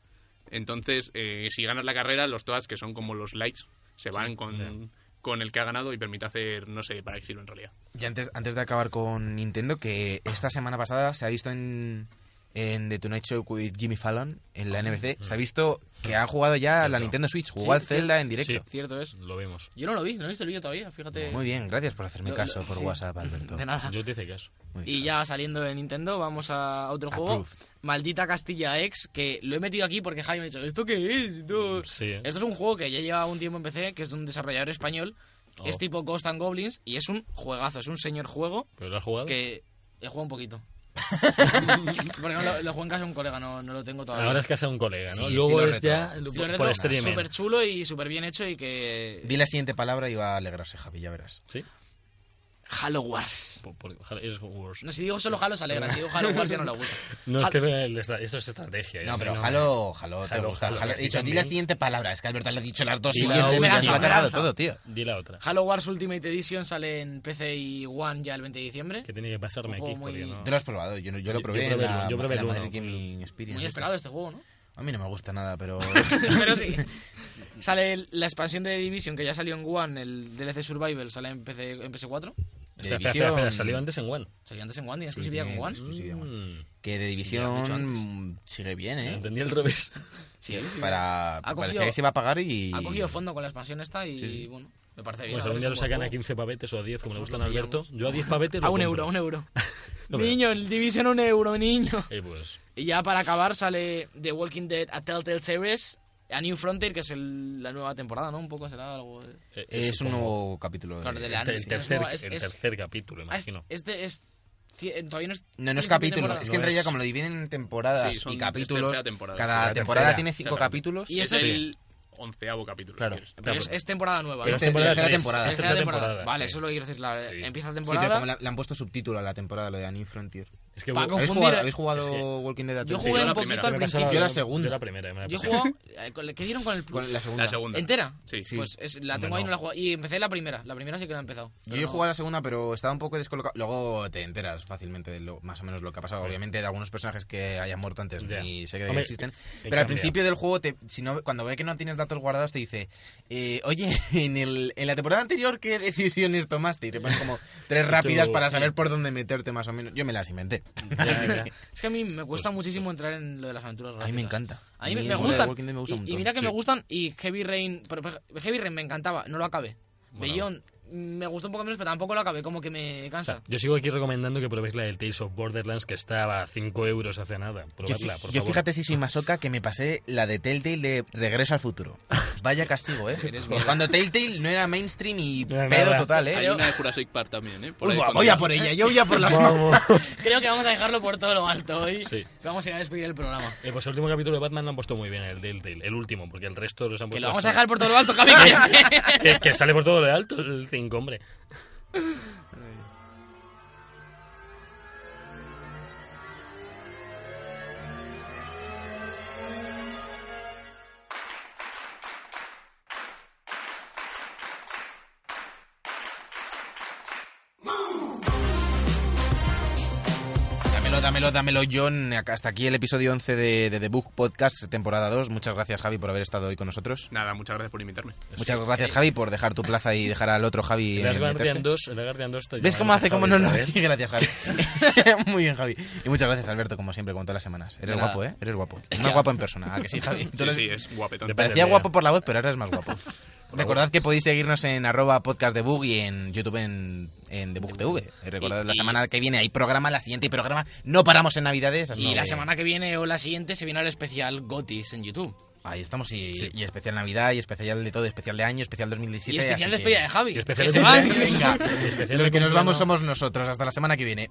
S4: Entonces, eh, si ganas la carrera, los toads, que son como los likes, se van con,
S2: sí.
S4: con el que ha ganado y permite hacer, no sé, para qué sirve en realidad.
S3: Y antes, antes de acabar con Nintendo, que esta semana pasada se ha visto en, en The Tonight Show with Jimmy Fallon, en la
S2: Mm.
S3: NBC, se ha visto que ha jugado ya a la Nintendo Switch, jugó
S5: Sí,
S3: al
S5: sí,
S3: Zelda en directo.
S2: sí.
S5: Cierto es.
S2: Lo vimos.
S5: Yo no lo vi, no he visto el vídeo todavía, fíjate.
S3: Muy bien, gracias por hacerme
S5: Lo- lo-
S3: caso por
S5: sí.
S3: WhatsApp, Alberto.
S5: De nada.
S2: Yo te hice caso.
S3: Muy bien.
S5: Y ya saliendo de Nintendo, vamos a otro juego.
S3: Approved.
S5: Maldita Castilla X, que lo he metido aquí porque Jaime me ha dicho, ¿esto qué es? No".
S2: Sí, ¿eh?
S5: Esto es un juego que ya lleva un tiempo en PC, que es de un desarrollador español.
S2: Oh.
S5: Es tipo Ghost and Goblins y es un juegazo, es un señor juego
S2: ¿Pero lo has jugado?
S5: que he jugado un poquito. porque no, lo, lo juego en casa de un colega, no, no lo tengo todavía.
S2: Ahora es casa de un colega, ¿no?
S3: Sí,
S2: Luego
S3: estilo
S2: es
S3: retro.
S2: ya lo- por streaming.
S5: Súper chulo y súper bien hecho y que...
S3: Di la siguiente palabra y va a alegrarse, Javi, ya verás.
S2: Sí.
S5: Halo Wars.
S2: Por- por- ojalá- es Wars.
S5: No, si digo solo Halo se alegra, si digo Halo Wars ya no le gusta.
S2: No, es
S5: Hal-
S2: que el estra- eso es estrategia.
S3: No,
S2: eso
S3: pero
S2: no-
S3: jalo, jalo, te
S2: Jalo,
S3: gusta.
S2: jalo,
S3: jalo. He
S2: sí,
S3: dicho, di
S2: también.
S3: la siguiente palabra. Es que Alberto le ha dicho las dos
S2: Di la
S3: siguientes y
S2: última
S3: ya se lo ha cargado
S5: palabra.
S3: todo, tío.
S2: Di la otra.
S5: Halo Wars Ultimate Edition sale en PC y One ya el 20 de diciembre.
S2: Que tiene que pasarme
S5: Un
S2: aquí.
S5: juego muy-
S2: porque no-
S3: Tú lo has probado, yo, no- yo
S2: Yo- yo
S3: lo probé.
S2: probé
S3: en la-
S2: el- yo probé
S3: en la
S2: el
S3: Madrid
S2: uno.
S3: Gaming Experience.
S5: Muy esperado
S2: ¿eh?
S5: este juego, ¿no?
S3: A mí no me gusta nada, pero...
S5: Pero sí. Sale el- la expansión de The Division que ya salió en One, el DLC Survival sale en, PC, en PS4.
S3: de
S2: Espera, espera, espera, espera, salió antes en One.
S5: Salió antes en One, tiene
S3: Sí,
S5: exclusividad
S3: tiene
S5: con One.
S3: exclusividad. Sí, sí,
S2: Mm,
S3: Que de
S5: Ya lo he dicho antes.
S3: división sigue bien,
S2: lo
S3: ¿eh?
S2: Entendí al revés.
S5: Sí, sí.
S3: Para,
S5: Ha
S3: parecía
S5: cogido-
S3: que se iba a pagar y...
S5: Ha cogido fondo con la expansión esta y
S3: Sí, sí.
S5: bueno, me parece bien.
S2: Pues
S5: a ver,
S2: algún día lo
S5: es un buen
S2: sacan a
S5: juego.
S2: 15 pavetes o a 10, como le
S5: Nos
S2: gustan
S5: lo
S2: a Alberto.
S5: pillamos.
S2: Yo a 10 pavetes lo
S5: A un
S2: compro.
S5: euro, a un euro.
S2: No, pero-
S5: niño, el Division un euro, niño.
S2: Eh, pues,
S5: Y ya para acabar sale The Walking Dead a Telltale Series, a New Frontier, que es el- la nueva temporada, ¿no? Un poco será algo... de-
S2: eh,
S3: Es un
S2: supongo.
S3: nuevo capítulo. de-
S5: Claro, de la-
S2: El, el
S5: Sí.
S2: tercer,
S5: Es-
S2: el
S5: es-
S2: tercer capítulo,
S5: Ah, es,
S2: imagino.
S5: es de- es- ci- eh, todavía no es...
S3: No, no es
S5: tiene
S3: capítulo.
S5: temporada.
S3: Es que en
S2: No
S3: realidad
S2: es-
S3: como lo dividen en temporadas
S4: Sí, son-
S3: y
S4: es
S3: capítulos,
S4: tercera temporada.
S3: cada
S2: Tercera
S3: temporada
S2: temporada.
S3: tiene cinco
S4: Exactamente.
S3: capítulos.
S5: Y
S4: es
S5: esto es-
S4: el onceavo capítulo. si
S3: Claro.
S4: quieres.
S5: Pero es, es temporada nueva.
S3: Pero
S2: Es
S5: ¿no?
S3: este-
S2: temporada
S3: tercera
S2: tres.
S3: temporada.
S2: Es
S5: Tercera temporada. Vale,
S2: sí.
S5: eso es lo que quiero decir. la-
S2: Sí.
S5: Empieza la
S3: Sí, pero
S5: temporada.
S3: como le, le han puesto subtítulo a la temporada, lo de A New Frontier.
S2: Es que
S5: Pa'
S2: hubo-
S3: ¿Habéis
S5: Confundir-
S3: jugado, habéis jugado
S2: es que-
S3: Walking Dead a
S5: yo
S3: Telltale?
S4: Sí,
S5: jugué
S4: yo
S5: un
S4: la
S5: poquito
S4: primera.
S5: al
S2: me he pasado-
S3: Yo
S5: principio.
S3: la segunda.
S2: Yo la primera. me la
S5: Yo
S2: pasé.
S5: jugué... eh, con la- ¿Qué dieron con el plus?
S3: Con la segunda.
S4: La segunda.
S5: ¿Entera?
S4: Sí.
S3: Sí.
S5: Pues es- la
S2: Hombre,
S5: tengo ahí
S2: no.
S5: no la he jugado. Y empecé la primera. La primera sí que la he empezado.
S3: Yo he jugado a la segunda, pero estaba un poco descolocado. Luego te enteras fácilmente de lo- más o menos lo que ha pasado. Obviamente de algunos personajes que hayan muerto antes
S2: Ya.
S3: ni sé que
S2: Hombre, eh,
S3: existen.
S2: he
S3: Pero al
S2: cambiado.
S3: principio del juego, te, si no, cuando ve que no tienes datos guardados, te dice, eh, oye, en, el, en la temporada anterior, ¿qué decisiones tomaste? Y te pones como tres rápidas para saber por dónde meterte más o menos. Yo me las inventé.
S2: Ya, ya.
S5: Es que a mí me cuesta muchísimo entrar en lo de las
S3: A
S5: aventuras
S3: mí me
S5: gráficas.
S3: encanta.
S5: A mí me,
S3: el
S5: me
S3: juego de
S5: gustan.
S3: Walking Dead me gusta un
S5: y, y
S3: montón.
S5: mira que
S2: Sí.
S5: me gustan. Y Heavy Rain. pero, por ejemplo, Heavy Rain me encantaba. No lo acabé.
S2: Bueno.
S5: Beyond me gustó un poco menos, pero tampoco lo acabé. Como que me
S2: O
S5: cansa.
S2: sea, yo sigo aquí recomendando que probéis la del Tales of Borderlands, que estaba a 5 euros hace nada.
S3: Yo,
S2: Probadla, por
S3: yo
S2: favor.
S3: fíjate si soy masoca que me pasé la de Telltale de Regreso al Futuro. Vaya castigo, ¿eh?
S5: mierda.
S3: Cuando Telltale no era mainstream y
S2: No era
S3: pedo
S2: nada.
S3: total, ¿eh?
S4: Hay una de Jurassic Park también, ¿eh? Por
S3: Uy,
S4: ahí
S3: va,
S4: cuando-
S3: voy a por ella, yo voy a por las
S2: Vamos.
S5: Creo que vamos a dejarlo por todo lo alto hoy.
S2: Sí.
S5: Vamos a ir a despedir el programa.
S2: Eh, pues el último capítulo de Batman lo han puesto muy bien, el Telltale, el último, porque el resto los han
S5: Que
S2: puesto.
S5: lo vamos a
S2: bastante-
S5: dejar por todo lo alto, Javi. cállate.
S2: Que, que sale por todo lo alto, el 5, hombre.
S3: dámelo, dámelo, John. Hasta aquí el episodio 11 de, de The Book Podcast, temporada 2. Muchas gracias, Javi, por haber estado hoy con nosotros.
S4: Nada, muchas gracias por invitarme.
S3: Muchas gracias, Javi, por dejar tu plaza y dejar al otro Javi.
S2: El Last
S3: en
S2: Guardian
S3: meterse.
S2: 2, el Last Guardian 2 está
S3: ¿Ves
S2: llamado
S3: cómo hace
S2: Javi
S3: como no lo
S2: otra vez.
S3: Gracias, Javi. Muy bien, Javi. Y muchas gracias, Alberto, como siempre, como todas las semanas. Eres
S5: De nada.
S3: guapo, ¿eh? Eres guapo. Más guapo en persona. ¿A que sí, Javi? Tú
S4: Sí,
S3: eres-
S4: sí, es guapetón.
S2: De pa-
S3: Parecía
S2: Depende,
S3: guapo
S2: eh.
S3: por la voz, pero ahora es más guapo. Recordad que podéis seguirnos en arroba podcast de Bug y en YouTube en, en The Bug TV. Recordad, la
S5: y-
S3: semana que viene hay programa, la siguiente hay programa. No paramos en Navidades. así
S5: Y la
S3: que-
S5: semana que viene o la siguiente se viene el especial Gotis en YouTube.
S3: Ahí estamos y,
S5: Sí.
S3: y especial Navidad y especial de todo, especial de año, especial 2017.
S5: y especial
S3: así que-
S5: despedida de Javi.
S2: Y especial
S5: Que se
S2: de-
S5: van, que venga.
S3: Venga,
S2: Especial
S3: los
S2: de
S3: que nos
S2: cumpleaños.
S3: vamos somos nosotros. Hasta la semana que viene.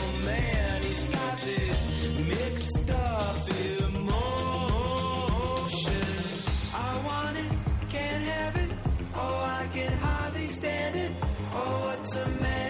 S6: I want it, can't have it. Oh, I can hardly stand it. Oh, it's a man.